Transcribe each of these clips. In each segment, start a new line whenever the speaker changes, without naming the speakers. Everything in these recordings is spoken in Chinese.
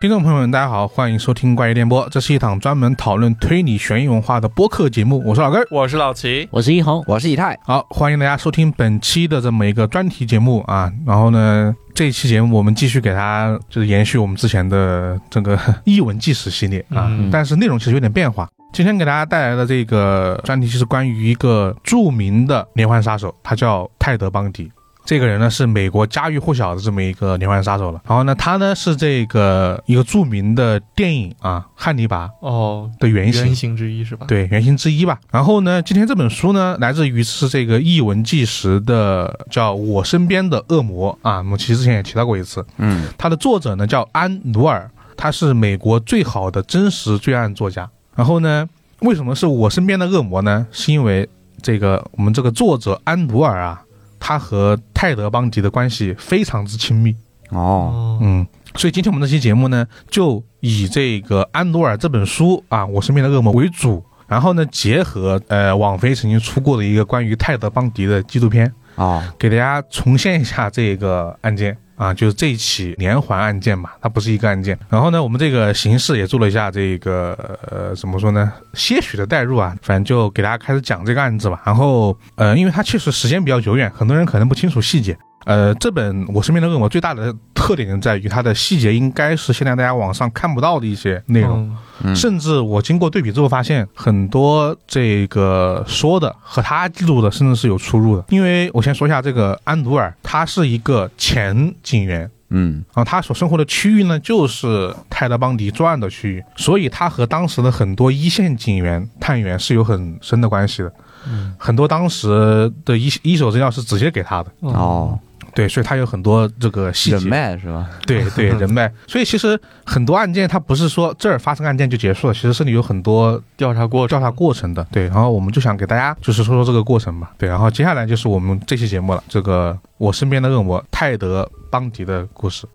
听众朋友们，大家好，欢迎收听怪异电波，这是一档专门讨论推理悬疑文化的播客节目，我是老根儿。
我是老齐，
我是一红，
我是以太，
好，欢迎大家收听本期的这么一个专题节目啊。然后呢，这一期节目我们继续给它就是延续我们之前的这个 译文纪实系列啊，
嗯
但是内容其实有点变化。今天给大家带来的这个专题就是关于一个著名的连环杀手，他叫泰德·邦迪。这个人呢是美国家喻户晓的这么一个连环杀手了。然后呢，他呢是这个一个著名的电影啊《汉尼拔》
哦，
的原型
原，型之一是吧？，
对，原型之一吧。然后呢，今天这本书呢，来自于是这个译文纪实的，叫《我身边的恶魔》啊，我们其实之前也提到过一次。
嗯
它的作者呢叫安努尔，他是美国最好的真实罪案作家。然后呢，为什么是我身边的恶魔呢？是因为这个我们这个作者安努尔啊，他和泰德邦迪的关系非常之亲密。
哦，
哦，
嗯，所以今天我们这期节目呢，就以这个安努尔这本书啊，《我身边的恶魔》为主，然后呢，结合呃网飞曾经出过的一个关于泰德·邦迪的纪录片，
哦，
给大家重现一下这个案件啊，就是这一起连环案件嘛，它不是一个案件。然后呢，我们这个形式也做了一下这个呃怎么说呢，些许的代入啊，反正就给大家开始讲这个案子吧。然后呃，因为它确实时间比较久远，很多人可能不清楚细节。呃，这本《我身边的恶魔》最大的特点就在于它的细节应该是现在大家网上看不到的一些内容。
嗯
嗯
甚至我经过对比之后发现，很多这个说的和他记录的甚至是有出入的。因为我先说一下这个安努尔，他是一个前警员，
嗯
然后他所生活的区域呢就是泰德邦迪作案的区域，所以他和当时的很多一线警员、探员是有很深的关系的。
嗯
很多当时的一一手资料是直接给他的，
哦，，
对，所以他有很多这个细
人
节。
脉是吧？
对对，人脉。所以其实很多案件，它不是说这儿发生案件就结束了，其实是你有很多
调查过
调查过程的，对。然后我们就想给大家就是说说这个过程吧，对。然后接下来就是我们这期节目了，这个我身边的恶魔泰德邦迪的故事。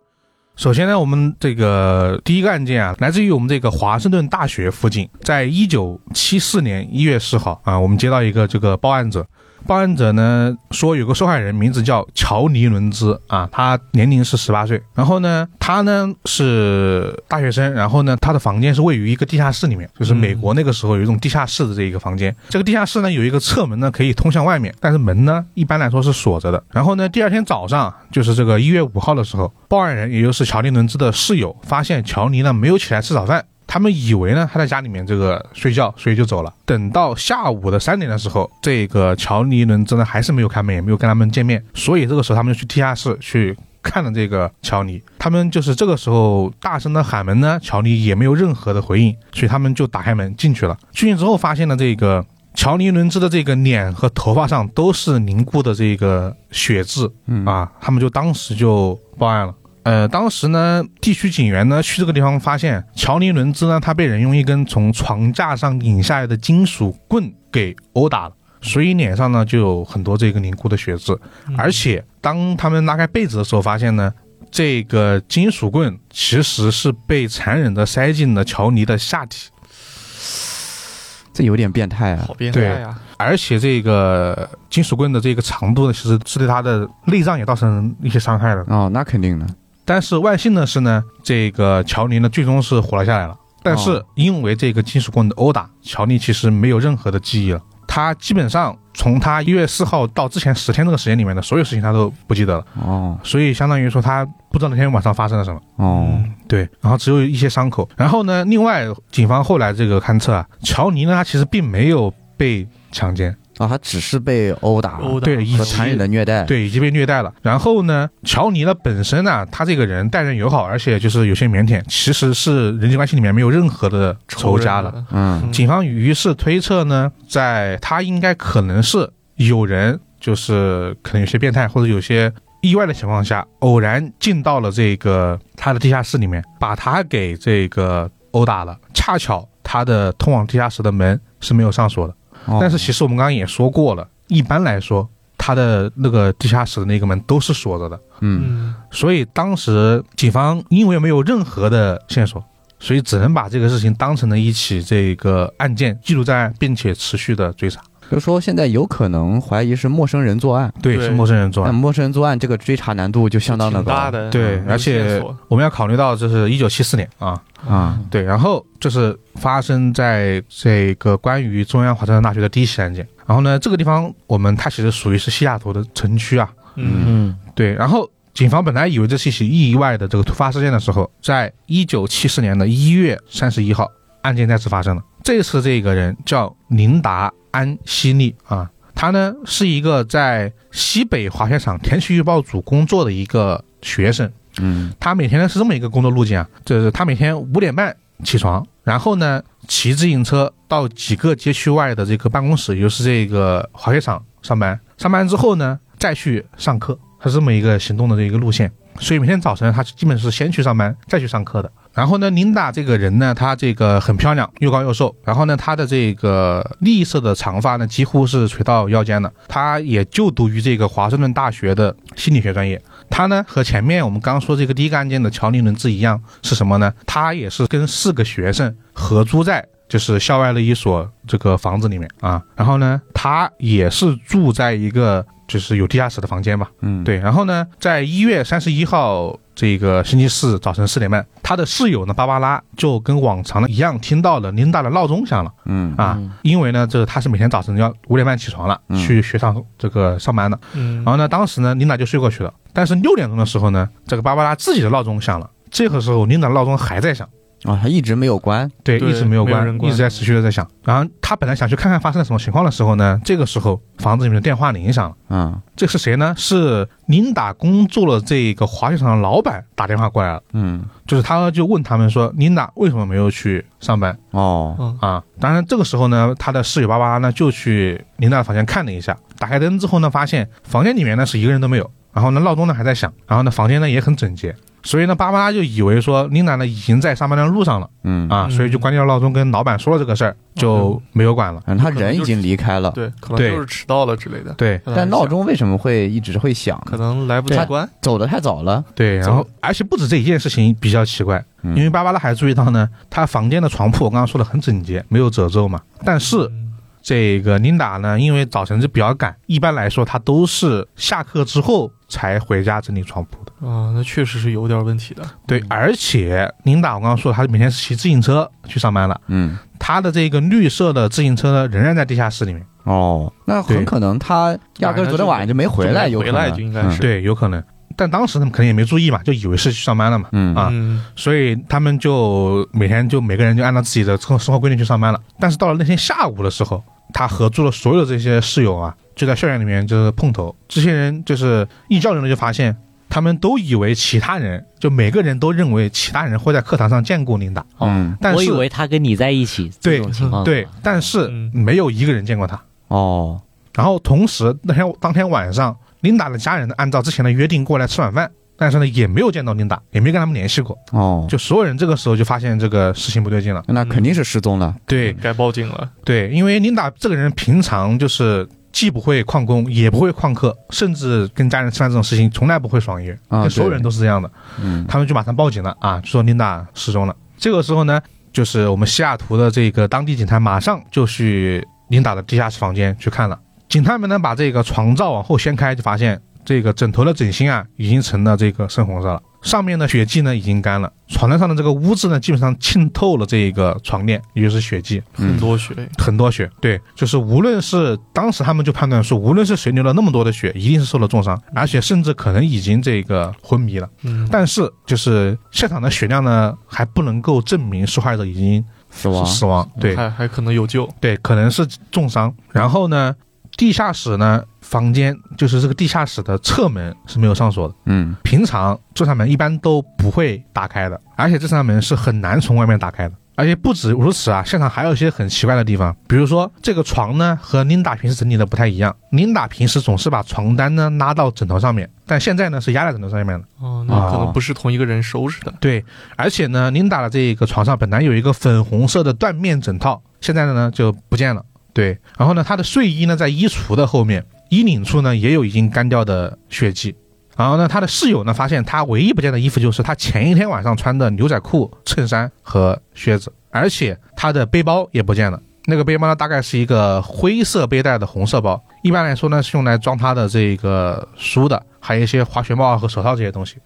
首先呢，我们这个第一个案件啊，来自于我们这个华盛顿大学附近，在一九七四年一月四号啊，我们接到一个这个报案者，报案者呢说有个受害人名字叫乔尼伦兹啊，他年龄是十八岁，然后呢，他呢是大学生，然后呢，他的房间是位于一个地下室里面，就是美国那个时候有一种地下室的这一个房间，这个地下室呢有一个侧门呢可以通向外面，但是门呢一般来说是锁着的。然后呢，第二天早上就是这个一月五号的时候，报案人也就是乔尼伦兹的室友发现乔尼呢没有起来吃早饭，他们以为呢他在家里面这个睡觉，所以就走了。等到下午的三点的时候，这个乔尼伦真的还是没有开门，也没有跟他们见面，所以这个时候他们就去地下室去。看了这个乔尼，他们就是这个时候大声的喊门呢，乔尼也没有任何的回应，所以他们就打开门进去了。进去之后发现了这个乔尼伦兹的这个脸和头发上都是凝固的这个血渍，
嗯
啊，他们就当时就报案了。呃，当时呢，地区警员呢去这个地方发现乔尼伦兹呢，他被人用一根从床架上引下来的金属棍给殴打了，所以脸上呢就有很多这个凝固的血渍。
嗯
而且当他们拉开被子的时候，发现呢，这个金属棍其实是被残忍的塞进了乔尼的下体，
这有点变态啊
好！变态
对
呀，
而且这个金属棍的这个长度呢，其实是对他的内脏也造成一些伤害的。
哦，那肯定的，
但是万幸的是呢，这个乔尼呢最终是活了下来了。但是
哦
因为这个金属棍的殴打，乔尼其实没有任何的记忆了。他基本上从他一月四号到之前十天这个时间里面的所有事情他都不记得了，
哦
所以相当于说他不知道那天晚上发生了什么。
哦，
嗯
对，然后只有一些伤口。然后呢，另外警方后来这个勘测啊，乔尼呢他其实并没有被强奸，
哦，他只是被殴打
殴打
对以
和
及
残忍的虐待，，
对，已经被虐待了。然后呢，乔尼呢本身呢、他这个人待人友好，而且就是有些腼腆，其实是人际关系里面没有任何的仇家的。
了，
嗯
警方于是推测呢，在他应该可能是有人就是可能有些变态或者有些意外的情况下，偶然进到了这个他的地下室里面，把他给这个殴打了。恰巧他的通往地下室的门是没有上锁的。
哦
但是其实我们刚刚也说过了，一般来说，它的那个地下室的那个门都是锁着的，
嗯
嗯，
所以当时警方因为没有任何的线索，所以只能把这个事情当成了一起这个案件记录在案，并且持续的追查。
就说现在有可能怀疑是陌生人作案，
对，
对
是陌生人作
但
案。
陌生人作案这个追查难度就相当的
挺
高
大的，
对
嗯
而且
线索
我们要考虑到，这是一九七四年啊，
啊，
对，然后就是发生在这个关于中央华盛顿大学的第一起案件。然后呢，这个地方我们它其实属于是西雅图的城区啊，
嗯，
嗯
对，然后警方本来以为这是一起意外的这个突发事件的时候，在一九七四年的一月三十一号，案件再次发生了。这次这个人叫琳达·安希利啊，她呢是一个在西北滑雪场天气预报组工作的一个学生。
嗯
她每天呢是这么一个工作路径啊，就是她每天五点半起床，然后呢骑自行车到几个街区外的这个办公室，也就是这个滑雪场上班。上班之后呢，再去上课，她是这么一个行动的这一个路线。所以每天早晨她基本是先去上班，再去上课的。然后呢，琳达这个人呢，她这个很漂亮，又高又瘦。然后呢，她的这个栗色的长发呢，几乎是垂到腰间的。她也就读于这个华盛顿大学的心理学专业。他呢和前面我们刚刚说这个第一个案件的乔尼伦兹一样，是什么呢？他也是跟四个学生合租在就是校外的一所这个房子里面啊。然后呢，他也是住在一个就是有地下室的房间吧。
嗯，
对，然后呢，在一月三十一号这个星期四早晨四点半，他的室友呢芭芭拉就跟往常的一样听到了琳达的闹钟响了。
嗯
啊
嗯，
因为呢，这个他是每天早晨要五点半起床了，
嗯
去学校这个上班的。
嗯
然后呢，当时呢，琳达就睡过去了。但是六点钟的时候呢，这个芭芭拉自己的闹钟响了。这个时候，琳达的闹钟还在响，
啊，他一直没有关，
对，
对
一直没有
没有
关，
人关
一直在持续的在响。然后她本来想去看看发生了什么情况的时候呢，这个时候房子里面的电话铃响了。
啊，
这是谁呢？是琳达工作的这个滑雪场的老板打电话过来了，
嗯，
就是他就问他们说，琳达为什么没有去上班？
哦，
嗯
啊，当然这个时候呢，他的室友芭芭拉呢就去琳达的房间看了一下，打开灯之后呢，发现房间里面呢是一个人都没有，然后呢闹钟呢还在响，然后呢房间呢也很整洁，所以呢芭芭拉就以为说琳达呢已经在上班的路上了
嗯
啊，
嗯
所以就关掉闹钟跟老板说了这个事儿，就没有管了。
反正他人已经离开了，
对，可能
对
就是迟到了之类的。呃
对
但闹钟为什么会一直会响？
可能来不及
对
关，
走的太早了，
对，然后而且不止这一件事情比较奇怪，
嗯
因为芭芭拉还注意到呢，她房间的床铺我刚刚说的很整洁，没有褶皱嘛，但是
嗯
这个琳达呢，因为早晨是比较赶，一般来说她都是下课之后才回家整理床铺的。
啊，那确实是有点问题的。
对，而且琳达我刚刚说她每天是骑自行车去上班了，
嗯，
她的这个绿色的自行车呢仍然在地下室里面。
哦，那很
对
可能他压根儿昨天晚上就没回来，有
就没
可
回
能
来就应该是，
对，有可能，但当时他们肯定也没注意嘛，就以为是去上班了嘛，
嗯嗯
啊
嗯，
所以他们就每天就每个人就按照自己的生生活规律去上班了。但是到了那天下午的时候，她合租的所有的这些室友啊，就在校园里面就是碰头。这些人就是一交流呢，就发现他们都以为其他人，就每个人都认为其他人会在课堂上见过琳达，
嗯
但
我以
是
为他跟你在一起
对
这种情况，
对，但是
嗯
没有一个人见过她。
哦，
然后同时那天当天晚上，琳达的家人呢按照之前的约定过来吃晚饭，但是呢也没有见到琳达，也没跟他们联系过。
哦，
就所有人这个时候就发现这个事情不对劲了。
那肯定是失踪了。
对，
该报警了。
对，因为琳达这个人平常就是既不会旷工，也不会旷课，甚至跟家人吃饭这种事情从来不会爽约，
啊
跟所有人
对
都是这样的。
嗯
他们就马上报警了啊，说琳达失踪了。这个时候呢，就是我们西雅图的这个当地警察马上就去琳达的地下室房间去看了。警探们呢把这个床罩往后掀开，就发现这个枕头的枕芯啊已经成了这个深红色了，上面的血迹呢已经干了，床单上的这个污渍呢基本上浸透了这个床垫，也就是血迹。
嗯
很多血，
很多血，对，就是无论是当时他们就判断说，无论是谁流了那么多的血，一定是受了重伤，而且甚至可能已经这个昏迷了。
嗯，
但是就是现场的血量呢，还不能够证明受害者已经
死亡
是死亡，对
嗯还还可能有救。
对，可能是重伤。然后呢，地下室呢，房间就是这个地下室的侧门是没有上锁的，
嗯
平常这扇门一般都不会打开的，而且这扇门是很难从外面打开的。而且不止如此啊，现场还有一些很奇怪的地方，比如说这个床呢和琳达平时整理的不太一样，琳达平时总是把床单呢拉到枕头上面，但现在呢是压在枕头上面的。
哦，那可
哦
能不是同一个人收拾的。
对，而且呢，琳达的这个床上本来有一个粉红色的缎面枕套，现在呢就不见了。对，然后呢，她的睡衣呢在衣橱的后面，衣领处呢也有已经干掉的血迹。然后呢，她的室友呢发现她唯一不见的衣服就是她前一天晚上穿的牛仔裤、衬衫和靴子，而且她的背包也不见了。那个背包呢，大概是一个灰色背带的红色包，一般来说呢是用来装他的这个书的，还有一些滑雪帽啊和手套这些东西。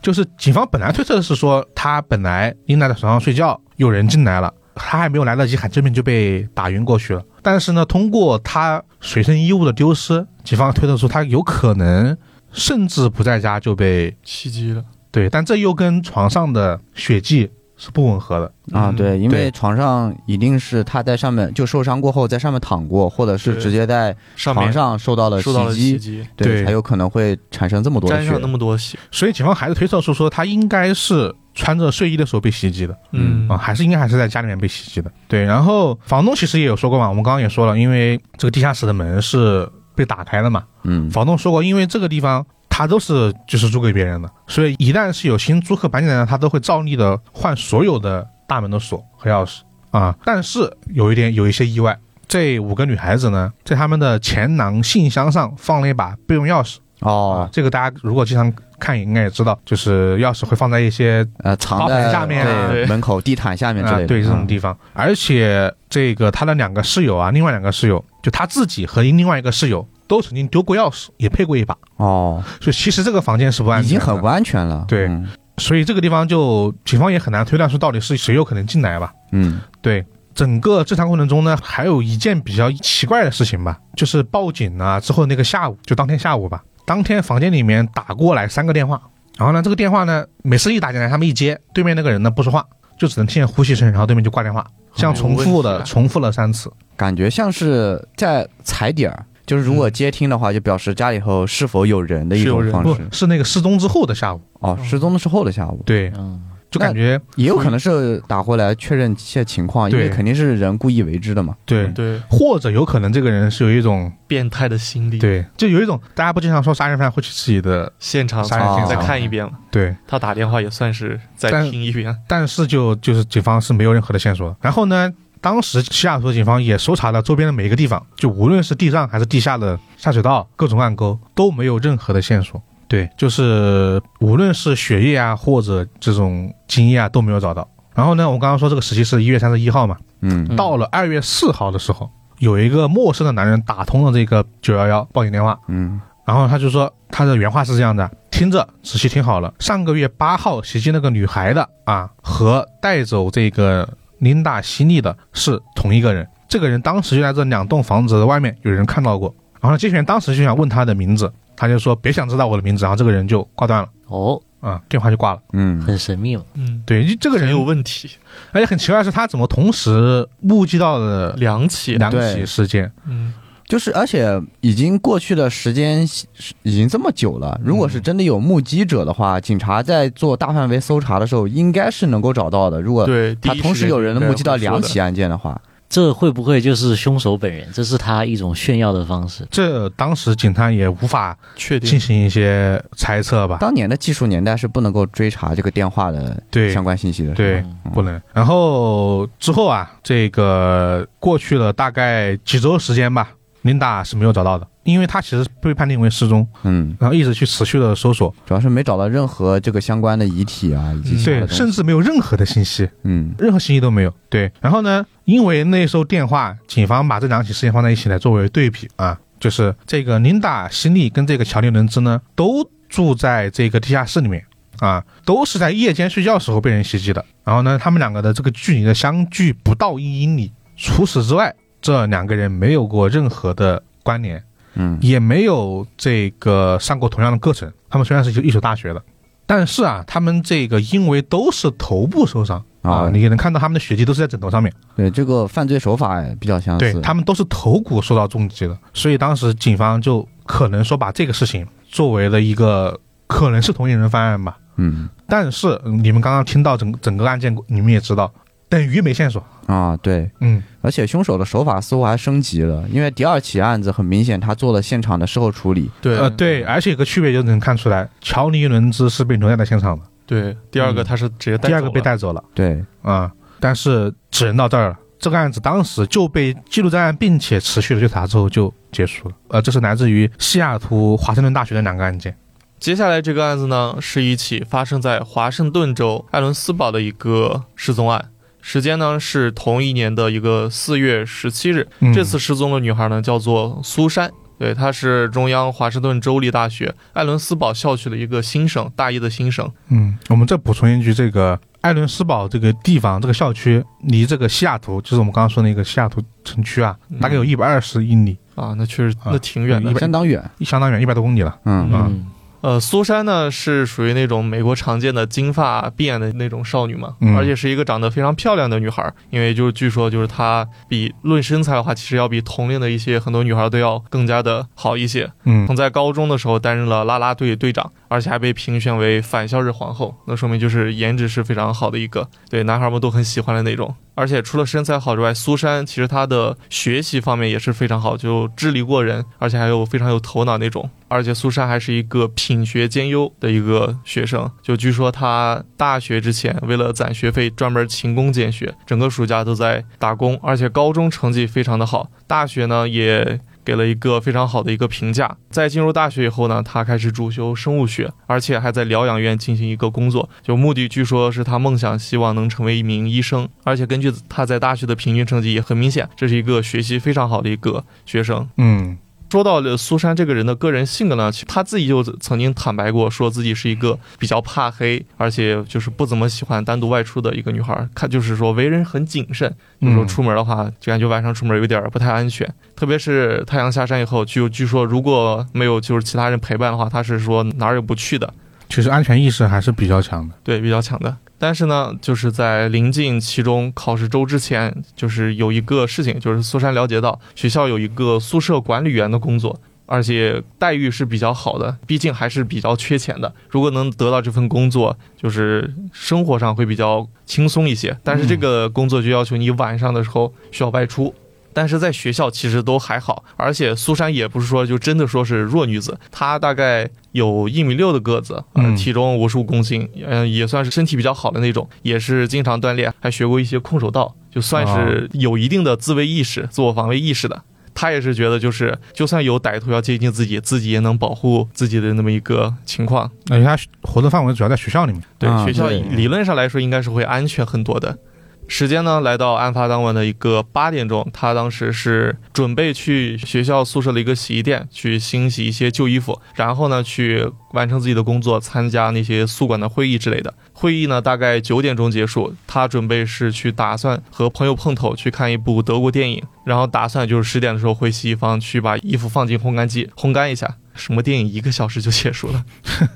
就是警方本来推测的是说，他本来应该在床上睡觉，有人进来了，他还没有来得及喊救命就被打晕过去了。但是呢，通过他随身衣物的丢失，警方推测出他有可能甚至不在家就被
袭击了
对，但这又跟床上的血迹是不吻合的。
啊，
嗯
对，因
对
为床上一定是他在上面就受伤过后在上面躺过，或者是
对
直接在
上面
床上受到了
受到了袭
击，
击，
对
对，才有可能会产生这么多的
沾
血
上那。么多血，
所以警方还是推测出说他应该是穿着睡衣的时候被袭击的
嗯
啊，还是应该还是在家里面被袭击的。对，然后房东其实也有说过嘛，我们刚刚也说了，因为这个地下室的门是被打开的嘛，
嗯，
房东说过，因为这个地方他都是就是租给别人的，所以一旦是有新租客搬进来呢，他都会照例的换所有的大门的锁和钥匙啊。但是有一点有一些意外，这五个女孩子呢，在她们的前囊信箱上放了一把备用钥匙啊
哦，
这个大家如果经常看应该也知道，就是钥匙会放在一些
呃，藏
花盆
在
下面啊
对
对
门口地毯下面之类
啊、
的，嗯
对这种地方。而且这个他的两个室友啊，另外两个室友就他自己和另外一个室友都曾经丢过钥匙，也配过一把，
哦，
所以其实这个房间是不安
已
全的，
经很不安全了。
对
嗯
所以这个地方就警方也很难推断出到底是谁有可能进来吧。
嗯，
对，整个侦查过程中呢，还有一件比较奇怪的事情吧，就是报警啊之后那个下午，就当天下午吧，当天房间里面打过来三个电话，然后呢，这个电话呢，每次一打进来，他们一接，对面那个人呢不说话，就只能听见呼吸声，然后对面就挂电话，这样重复
很有问
的
题啊
重复了三次。
感觉像是在踩点儿，就是如果接听的话，就表示家里头是否有人的一
是有
种
人嗯
方
不
式。
是那个失踪之后的下午，
哦，失踪的时候的下午，
对，
嗯
就感觉
也有可能是打回来确认一些情况，因为
对
肯定是人故意为之的嘛。
对，
对
或者有可能这个人是有一种
变态的心理，
对，就有一种大家不经常说杀人犯会去自己的
现场
杀人
现场
再看一遍了，
对。
他打电话也算是再
但
听一遍，
但是就就是警方是没有任何的线索的。然后呢，当时西雅图警方也搜查了周边的每一个地方，就无论是地上还是地下的下水道、各种暗沟，都没有任何的线索。对，就是无论是血液啊，或者这种精液啊，都没有找到。然后呢，我刚刚说这个时期是一月三十一号嘛，
嗯，
到了二月四号的时候，有一个陌生的男人打通了这个九幺幺报警电话，
嗯，
然后他就说，他的原话是这样的：听着，仔细听好了。上个月八号袭击那个女孩的啊，和带走这个琳达·西利的是同一个人。这个人当时就在这两栋房子的外面，有人看到过。然后接线员当时就想问他的名字，他就说别想知道我的名字。然后这个人就挂断了
哦，
啊，电话就挂了。
嗯，
很神秘嘛。哦
嗯，
对，这个
很
人
有，问题，
而且很奇怪的是，他怎么同时目击到了
两起，
两起
对
事件？
嗯，
就是而且已经过去的时间已经这么久
嗯
了，如果是真的有目击者的话，警察在做大范围搜查的时候，应该是能够找到的。如果
对，第
呃他
一
同时
间
有人
应该
目击到
会说
两
的
起案件的话，
这会不会就是凶手本人？这是他一种炫耀的方式。
这当时警察也无法
确定
进，行一些猜测吧？
当年的技术年代是不能够追查这个电话的
对，
相关信息的。嗯
对，不能。然后之后啊，这个过去了大概几周时间吧，琳达是没有找到的，因为她其实被判定为失踪，
嗯，
然后一直去持续的搜索，
主要是没找到任何这个相关的遗体啊，以及
嗯
其他
对
的，东西
甚至没有任何的信息，
嗯
任何信息都没有。对，然后呢，因为那时候电话，警方把这两起事件放在一起来作为对比啊，就是这个琳达·西利跟这个乔利·伦兹呢，都住在这个地下室里面啊，都是在夜间睡觉时候被人袭击的。然后呢，他们两个的这个距离的相距不到一英里。除此之外，这两个人没有过任何的关联，
嗯
也没有这个上过同样的课程。他们虽然是一所大学的，但是啊，他们这个因为都是头部受伤啊
啊，，
你也能看到他们的血迹都是在枕头上面。
对这个犯罪手法比较
啊
相
对
似。
他们都是头骨受到重击的，所以当时警方就可能说把这个事情作为了一个可能是同一人犯案吧。
嗯
但是嗯你们刚刚听到整整个案件，你们也知道，等于没线索。
啊，对，
嗯，
而且凶手的手法似乎还升级了，因为第二起案子很明显他做了现场的事后处理。
对，
呃，对，而且有个区别就能看出来，乔尼·伦兹是被留在在现场的，
对，第二个他是直接带
第二个
走
被
了，
带走了
对，
啊、但是只能到这儿了。这个案子当时就被记录在案，并且持续的追查之后就结束了。呃，这是来自于西雅图华盛顿大学的两个案件。
接下来这个案子呢，是一起发生在华盛顿州艾伦斯堡的一个失踪案，时间呢是同一年的一个四月十七日。
嗯
这次失踪的女孩呢叫做苏珊，对，她是中央华盛顿州立大学艾伦斯堡校区的一个新生，大一的新生。
嗯，我们再补充一句，这个艾伦斯堡这个地方这个校区离这个西雅图，就是我们刚刚说那个西雅图城区啊，
嗯
大概有一百二十英里，
啊，那确实
啊
那挺远的。
嗯相当远，
相当远，一百多公里了。
嗯，
啊
嗯，
呃，苏珊呢是属于那种美国常见的金发碧眼的那种少女嘛，
嗯
而且是一个长得非常漂亮的女孩儿。因为就是据说就是她比论身材的话，其实要比同龄的一些很多女孩儿都要更加的好一些。
嗯
曾在高中的时候担任了啦啦队队长，而且还被评选为返校日皇后，那说明就是颜值是非常好的一个，对男孩们都很喜欢的那种。而且除了身材好之外，苏珊其实她的学习方面也是非常好，就智力过人，而且还有非常有头脑那种。而且苏珊还是一个品学兼优的一个学生，就据说她大学之前为了攒学费专门勤工俭学，整个暑假都在打工，而且高中成绩非常的好，大学呢也给了一个非常好的一个评价。在进入大学以后呢，他开始主修生物学，而且还在疗养院进行一个工作，就目的据说是他梦想希望能成为一名医生。而且根据他在大学的平均成绩也很明显，这是一个学习非常好的一个学生。
嗯
说到了苏珊这个人的个人性格呢，其实她自己就曾经坦白过，说自己是一个比较怕黑，而且就是不怎么喜欢单独外出的一个女孩。看就是说为人很谨慎，有时候
嗯
出门的话，就感觉晚上出门有点儿不太安全，特别是太阳下山以后，就据说如果没有就是其他人陪伴的话，她是说哪儿也不去的。
其实安全意识还是比较强的。
对，比较强的。但是呢，就是在临近期中考试周之前，就是有一个事情，就是苏珊了解到学校有一个宿舍管理员的工作，而且待遇是比较好的，毕竟还是比较缺钱的。如果能得到这份工作，就是生活上会比较轻松一些。但是这个工作就要求你晚上的时候需要外出。但是在学校其实都还好，而且苏珊也不是说就真的说是弱女子，她大概有一米六的个子，
嗯
呃体重五十五公斤，嗯、也算是身体比较好的那种，也是经常锻炼，还学过一些空手道，就算是有一定的自卫意识、自我防卫意识的。她也是觉得，就是就算有歹徒要接近自己，自己也能保护自己的那么一个情况。
而且他活动范围主要在学校 里面。
对，
啊
学校
对
理论上来说应该是会安全很多的。时间呢，来到案发当晚的一个八点钟，他当时是准备去学校宿舍的一个洗衣店去清洗一些旧衣服，然后呢去完成自己的工作，参加那些宿管的会议之类的。会议呢大概九点钟结束，他准备是去打算和朋友碰头去看一部德国电影，然后打算就是十点的时候回洗衣房去把衣服放进烘干机烘干一下。什么电影一个小时就结束了？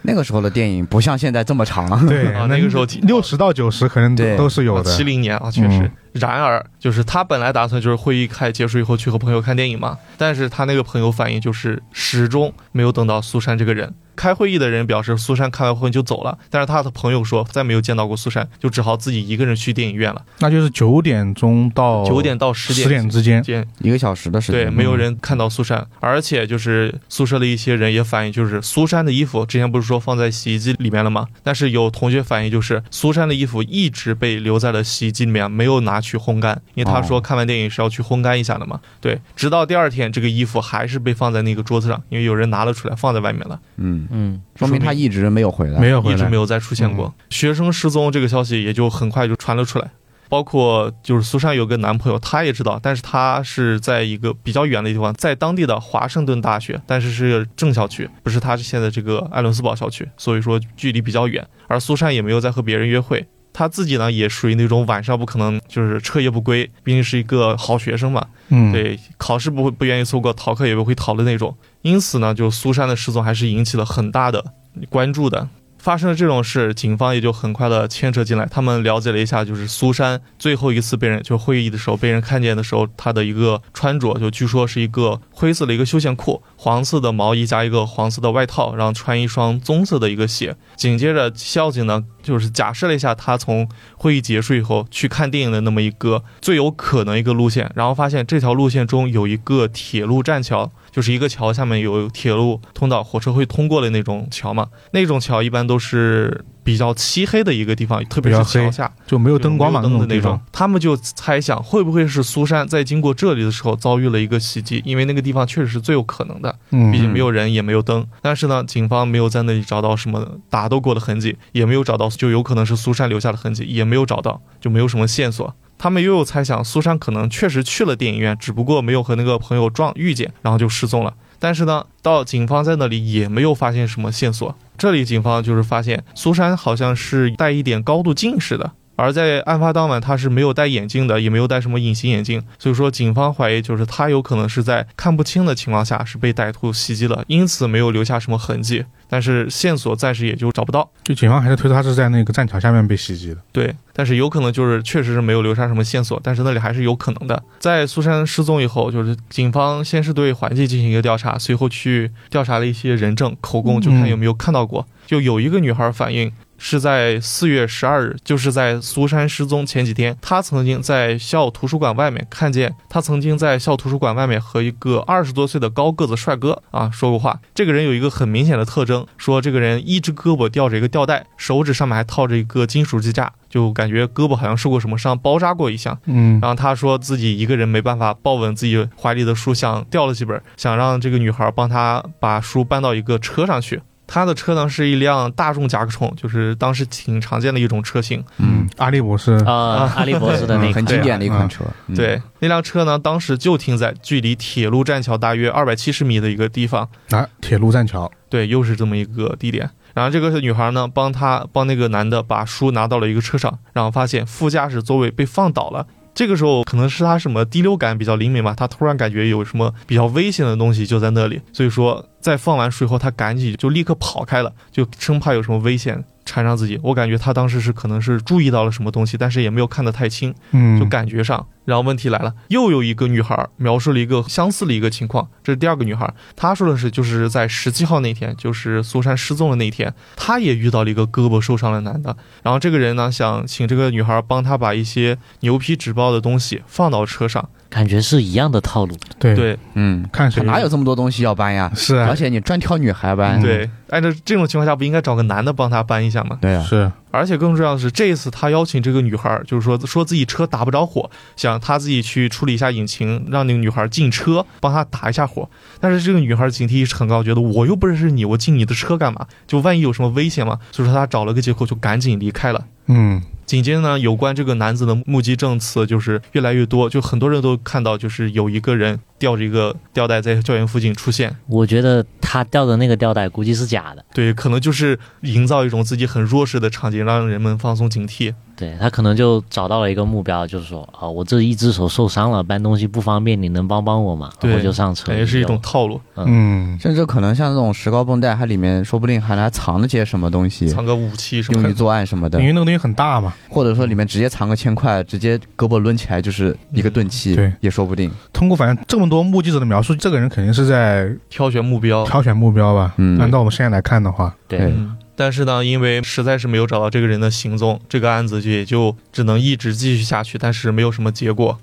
那个时候的电影不像现在这么长，
对
啊那个时候
六十到九十可能都
对
都是有的。
七零年啊，确实。
嗯
然而，就是他本来打算就是会议开结束以后去和朋友看电影嘛，但是他那个朋友反映就是始终没有等到苏珊这个人。开会议的人表示，苏珊开完会就走了，但是他的朋友说再没有见到过苏珊，就只好自己一个人去电影院了。
那就是九点钟到
九点到十
哦十
点
点之间
之。间，
一个小时的嗯时间，
对，没有人看到苏珊，而且就是宿舍的一些人也反映，就是苏珊的衣服之前不是说放在洗衣机里面了吗？但是有同学反映，就是苏珊的衣服一直被留在了洗衣机里面，没有拿去烘干，因为他说
哦
看完电影是要去烘干一下的嘛。对，直到第二天，这个衣服还是被放在那个桌子上，因为有人拿了出来放在外面了，
嗯，
嗯，
说明他一直没有回来，
没有回
一直
来
没，有再出现过。嗯学生失踪这个消息也就很快就传了出来。包括就是苏珊有个男朋友，她也知道，但是她是在一个比较远的地方，在当地的华盛顿大学，但是是正校区，不是她现在这个艾伦斯堡校区，所以说距离比较远。而苏珊也没有在和别人约会，她自己呢也属于那种晚上不可能就是彻夜不归，毕竟是一个好学生嘛，
嗯，
对，考试不会不愿意错过，逃课也不会逃的那种。因此呢，就苏珊的失踪还是引起了很大的关注的。发生了这种事，警方也就很快的牵扯进来。他们了解了一下，就是苏珊最后一次被人就会议的时候被人看见的时候，她的一个穿着就据说是一个灰色的一个休闲裤、黄色的毛衣加一个黄色的外套，然后穿一双棕色的一个鞋。紧接着，校警呢就是假设了一下她从会议结束以后去看电影的那么一个最有可能一个路线，然后发现这条路线中有一个铁路栈桥，就是一个桥下面有铁路通道，火车会通过的那种桥嘛。那种桥一般都是比较漆黑的一个地方，特别是
比较黑
桥下
就没有
有
灯光嘛
灯的
地
那种
方。。
他们就猜想会不会是苏珊在经过这里的时候遭遇了一个袭击，因为那个地方确实是最有可能的。
嗯
毕竟没有人也没有灯。但是呢，警方没有在那里找到什么打斗过的痕迹，也没有找到，就有可能是苏珊留下的痕迹，也没有找到，就没有什么线索。他们又有猜想，苏珊可能确实去了电影院，只不过没有和那个朋友撞遇见，然后就失踪了。但是呢，到警方在那里也没有发现什么线索。这里警方就是发现苏珊好像是带一点高度近视的，而在案发当晚她是没有戴眼镜的，也没有戴什么隐形眼镜，所以说警方怀疑就是她有可能是在看不清的情况下是被歹徒袭击了，因此没有留下什么痕迹。但是线索暂时也就找不到。
就警方还是推测他是在那个栈桥下面被袭击的。
对，但是有可能就是确实是没有留下什么线索，但是那里还是有可能的。在苏珊失踪以后，就是警方先是对环境进行一个调查，随后去调查了一些人证、口供，就看有没有看到过。就有一个女孩反映。是在四月十二日，就是在苏珊失踪前几天，她曾经在校图书馆外面看见，她曾经在校图书馆外面和一个二十多岁的高个子帅哥啊说过话。这个人有一个很明显的特征，说这个人一只胳膊吊着一个吊带，手指上面还套着一个金属支架，就感觉胳膊好像受过什么伤，包扎过一下。
嗯
然后他说自己一个人没办法抱稳自己怀里的书，想掉了几本，想让这个女孩帮他把书搬到一个车上去。他的车呢是一辆大众甲壳虫，就是当时挺常见的一种车型。
嗯，阿利博士，
啊，阿笠博士的那
嗯，很
个，
经典的一款车，嗯
对，，那辆车呢当时就停在距离铁路栈桥大约二百七十米的一个地方。
啊，铁路栈桥，
对，又是这么一个地点。然后这个女孩呢，帮他帮那个男的把书拿到了一个车上，然后发现副驾驶座位被放倒了。这个时候可能是他什么第六感比较灵敏吧，他突然感觉有什么比较危险的东西就在那里，所以说在放完水后，他赶紧就立刻跑开了，就生怕有什么危险缠上自己。我感觉他当时是可能是注意到了什么东西，但是也没有看得太清。
嗯，
就感觉上。然后问题来了，又有一个女孩描述了一个相似的一个情况，这是第二个女孩，她说的是就是在十七号那天，就是苏珊失踪的那天，她也遇到了一个胳膊受伤的男的。然后这个人呢，想请这个女孩帮他把一些牛皮纸包的东西放到车上。
感觉是一样的套路。
对，
对
嗯，
看谁
他哪有这么多东西要搬呀？
是啊
而，且你专挑女孩搬，
嗯
对，按照这种情况下，不应该找个男的帮他搬一下吗？
对啊，
是
而且更重要的是，这一次他邀请这个女孩儿，就是说说自己车打不着火，想他自己去处理一下引擎，让那个女孩儿进车帮他打一下火。但是这个女孩儿警惕意识很高，觉得我又不认识你，我进你的车干嘛？就万一有什么危险嘛？所以说他找了个借口就赶紧离开了。
嗯
紧接着呢，有关这个男子的目击证词就是越来越多，就很多人都看到，就是有一个人吊着一个吊带在校园附近出现。
我觉得他吊的那个吊带估计是假的，
对，可能就是营造一种自己很弱势的场景，让人们放松警惕。
对他可能就找到了一个目标，就是说啊，我这一只手受伤了，搬东西不方便，你能帮帮我吗？
对
然后就上车，
感觉是一种套路，
嗯，
甚至可能像这种石膏绷带，它里面说不定还还藏了些什么东西，
藏个武器什么
用于
的。
作案什么的
因，为那个东西很大嘛。
或者说里面直接藏个铅块，直接胳膊抡起来就是一个钝器，
嗯对，
也说不定。
通过反正这么多目击者的描述，这个人肯定是在
挑选目标。
挑选目标吧？
嗯
按照我们现在来看的话，
对
对
嗯，但是呢，因为实在是没有找到这个人的行踪，这个案子就也就只能一直继续下去，但是没有什么结果。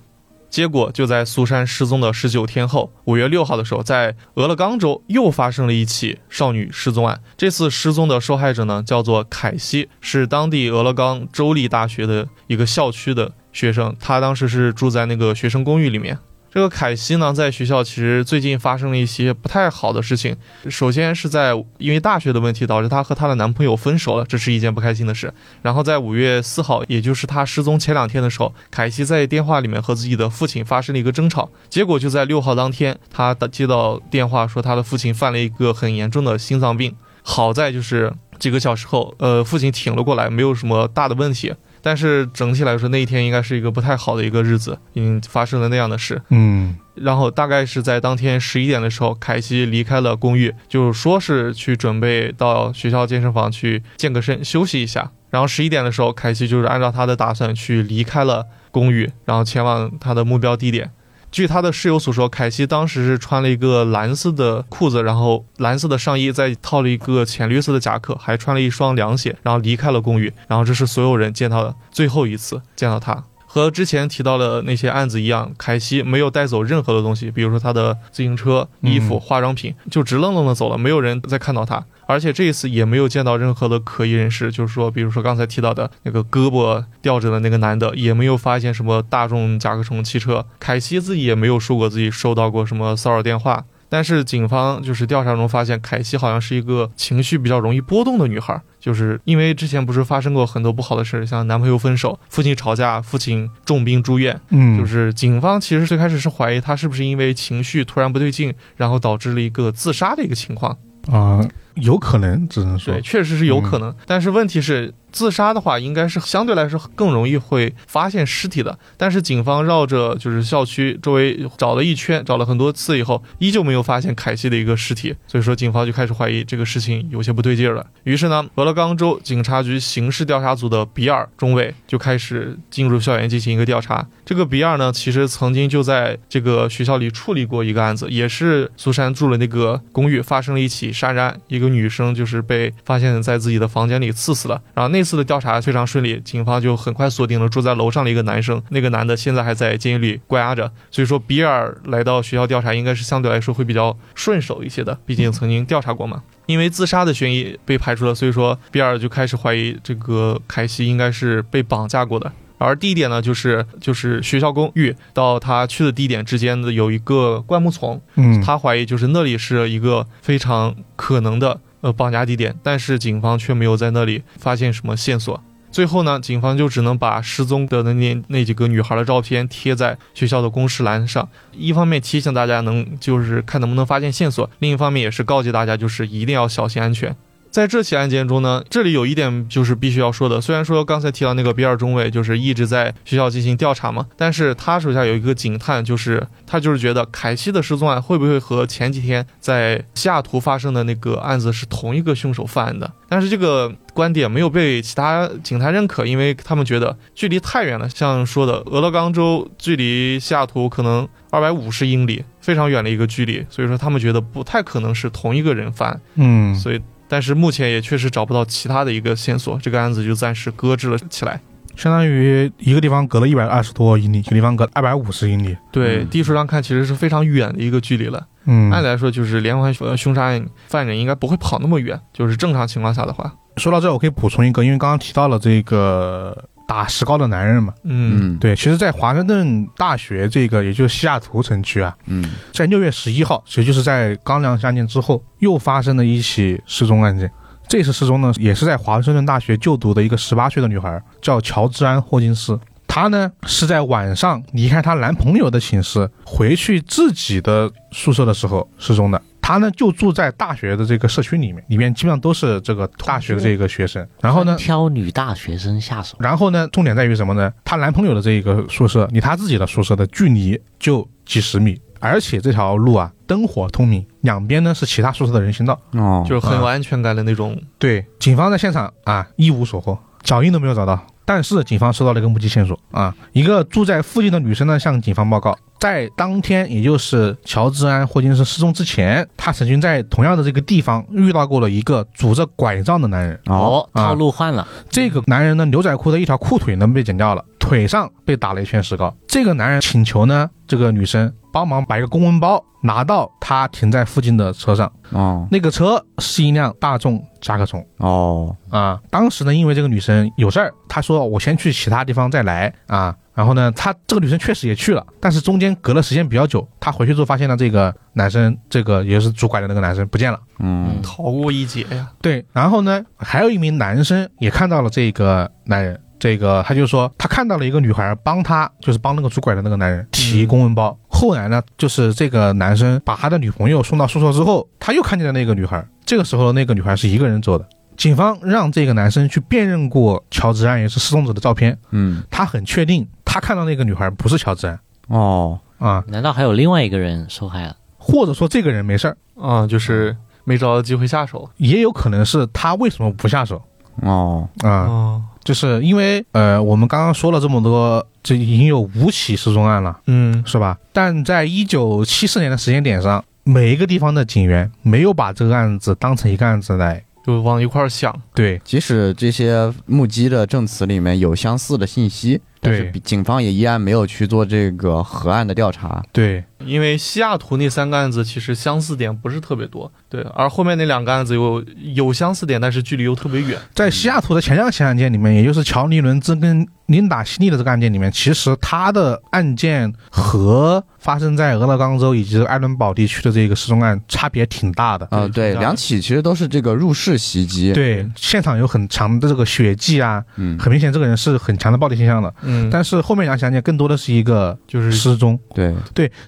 结果就在苏珊失踪的十九天后，五月六号的时候，在俄勒冈州又发生了一起少女失踪案。这次失踪的受害者呢，叫做凯西，是当地俄勒冈州立大学的一个校区的学生，她当时是住在那个学生公寓里面。这个凯西呢，在学校其实最近发生了一些不太好的事情。首先是在因为大学的问题导致她和她的男朋友分手了，这是一件不开心的事。然后在五月四号，也就是她失踪前两天的时候，凯西在电话里面和自己的父亲发生了一个争吵，结果就在六号当天，她打接到电话说她的父亲犯了一个很严重的心脏病。好在就是几个小时后，呃，父亲挺了过来，没有什么大的问题。但是整体来说，那一天应该是一个不太好的一个日子，嗯，发生了那样的事。
嗯
然后大概是在当天十一点的时候，凯西离开了公寓，就说是去准备到学校健身房去健个身，休息一下。然后十一点的时候，凯西就是按照他的打算去离开了公寓，然后前往他的目标地点。据他的室友所说，凯西当时是穿了一个蓝色的裤子，然后蓝色的上衣，再套了一个浅绿色的夹克，还穿了一双凉鞋，然后离开了公寓。然后这是所有人见到的最后一次见到他。和之前提到的那些案子一样，凯西没有带走任何的东西，比如说他的自行车、衣服、
嗯
化妆品，就直愣愣的走了，没有人再看到他。而且这一次也没有见到任何的可疑人士，就是说，比如说刚才提到的那个胳膊吊着的那个男的，也没有发现什么大众甲壳虫汽车。凯西自己也没有说过自己收到过什么骚扰电话。但是警方就是调查中发现，凯西好像是一个情绪比较容易波动的女孩，就是因为之前不是发生过很多不好的事，像男朋友分手、父亲吵架、父亲重病住院，
嗯，
就是警方其实最开始是怀疑他是不是因为情绪突然不对劲，然后导致了一个自杀的一个情况。
啊、有可能只能说
对，，确实是有可能。但是问题是，自杀的话应该是相对来说更容易会发现尸体的。但是警方绕着就是校区周围找了一圈，找了很多次以后，依旧没有发现凯西的一个尸体。所以说，警方就开始怀疑这个事情有些不对劲儿了。于是呢，俄勒冈州警察局刑事调查组的比尔中尉就开始进入校园进行一个调查。这个比尔呢，其实曾经就在这个学校里处理过一个案子，也是苏珊住了那个公寓，发生了一起杀人案，一个女生就是被发现在自己的房间里刺死了。然后那次的调查非常顺利，警方就很快锁定了住在楼上的一个男生，那个男的现在还在监狱里关押着。所以说，比尔来到学校调查，应该是相对来说会比较顺手一些的，毕竟曾经调查过嘛。因为自杀的嫌疑被排除了，所以说比尔就开始怀疑这个凯西应该是被绑架过的。而地点呢，就是就是学校公寓到他去的地点之间的有一个灌木丛，
嗯，
他怀疑就是那里是一个非常可能的呃绑架地点，但是警方却没有在那里发现什么线索。最后呢，警方就只能把失踪的那那那几个女孩的照片贴在学校的公示栏上，一方面提醒大家能就是看能不能发现线索，另一方面也是告诫大家就是一定要小心安全。在这起案件中呢，这里有一点就是必须要说的，虽然说刚才提到那个比尔中尉就是一直在学校进行调查嘛，但是他手下有一个警探，就是他就是觉得凯西的失踪案会不会和前几天在西雅图发生的那个案子是同一个凶手犯的？但是这个观点没有被其他警察认可，因为他们觉得距离太远了。像说的，俄勒冈州距离西雅图可能二百五十英里，非常远的一个距离，所以说他们觉得不太可能是同一个人犯。
嗯，
所以，但是目前也确实找不到其他的一个线索，这个案子就暂时搁置了起来。
相当于一个地方隔了一百二十多英里，一个地方隔二百五十英里，
对，
嗯
地图上看其实是非常远的一个距离了。
嗯，
按理来说，就是连环呃凶杀案犯人应该不会跑那么远，就是正常情况下的话，
说到这，我可以补充一个，因为刚刚提到了这个打石膏的男人嘛，
嗯，
嗯，
对，其实，在华盛顿大学这个，也就是西雅图城区啊，
嗯
在六月十一号，其实就是在刚两起案件之后，又发生了一起失踪案件。这次失踪呢，也是在华盛顿大学就读的一个十八岁的女孩，叫乔治安·霍金斯。她呢是在晚上离开她男朋友的寝室，回去自己的宿舍的时候失踪的。她呢就住在大学的这个社区里面，里面基本上都是这个大学的这个学生。然后呢，
挑女大学生下手，
然后呢，重点在于什么呢？她男朋友的这个宿舍离她自己的宿舍的距离就几十米，而且这条路啊灯火通明，两边呢是其他宿舍的人行道。
哦，
就是很有安全感的那种。
对，警方在现场啊一无所获，脚印都没有找到。但是警方收到了一个目击线索啊，一个住在附近的女生呢向警方报告，在当天，也就是乔治安·霍金斯失踪之前，她曾经在同样的这个地方遇到过了一个拄着拐杖的男人。
哦，
啊
套路换了，
这个男人呢，牛仔裤的一条裤腿呢被剪掉了，腿上被打了一圈石膏。这个男人请求呢，这个女生帮忙把一个公文包拿到他停在附近的车上。
哦，
那个车是一辆大众甲壳虫
哦，
啊。当时呢，因为这个女生有事儿，她说我先去其他地方再来啊。然后呢，她这个女生确实也去了，但是中间隔了时间比较久，她回去之后发现了这个男生，这个也是拄拐的那个男生不见了。
嗯，
逃过一劫呀，
对，然后呢，还有一名男生也看到了这个男人，这个他就说他看到了一个女孩帮他，就是帮那个拄拐的那个男人提公文包。后来呢，就是这个男生把他的女朋友送到宿舍之后，他又看见了那个女孩。这个时候，那个女孩是一个人走的。警方让这个男生去辨认过乔治安也是失踪者的照片，
嗯，
他很确定他看到那个女孩不是乔治安
哦，
啊，
难道还有另外一个人受害了？
或者说这个人没事儿，
啊、就是没找到机会下手。
也有可能是他为什么不下手
哦，
啊？
哦，
就是因为呃，我们刚刚说了这么多，这已经有五起失踪案了，
嗯，
是吧？但在一九七四年的时间点上，每一个地方的警员没有把这个案子当成一个案子来
就往一块儿想。
对
即使这些目击的证词里面有相似的信息，但是
对
比警方也依然没有去做这个核案的调查。
对，
因为西雅图那三个案子其实相似点不是特别多，对，而后面那两个案子有有相似点，但是距离又特别远。
在西雅图的前两起案件里面，也就是乔尼伦兹跟琳达希利的这个案件里面，其实他的案件和发生在俄勒冈州以及艾伦堡地区的这个失踪案差别挺大的。
啊、对，两起其实都是这个入室袭击，，
对，现场有很强的这个血迹啊，
嗯，
很明显这个人是很强的暴力倾向的。
嗯，
但是后面两起案件更多的是一个
就是
失踪，
对，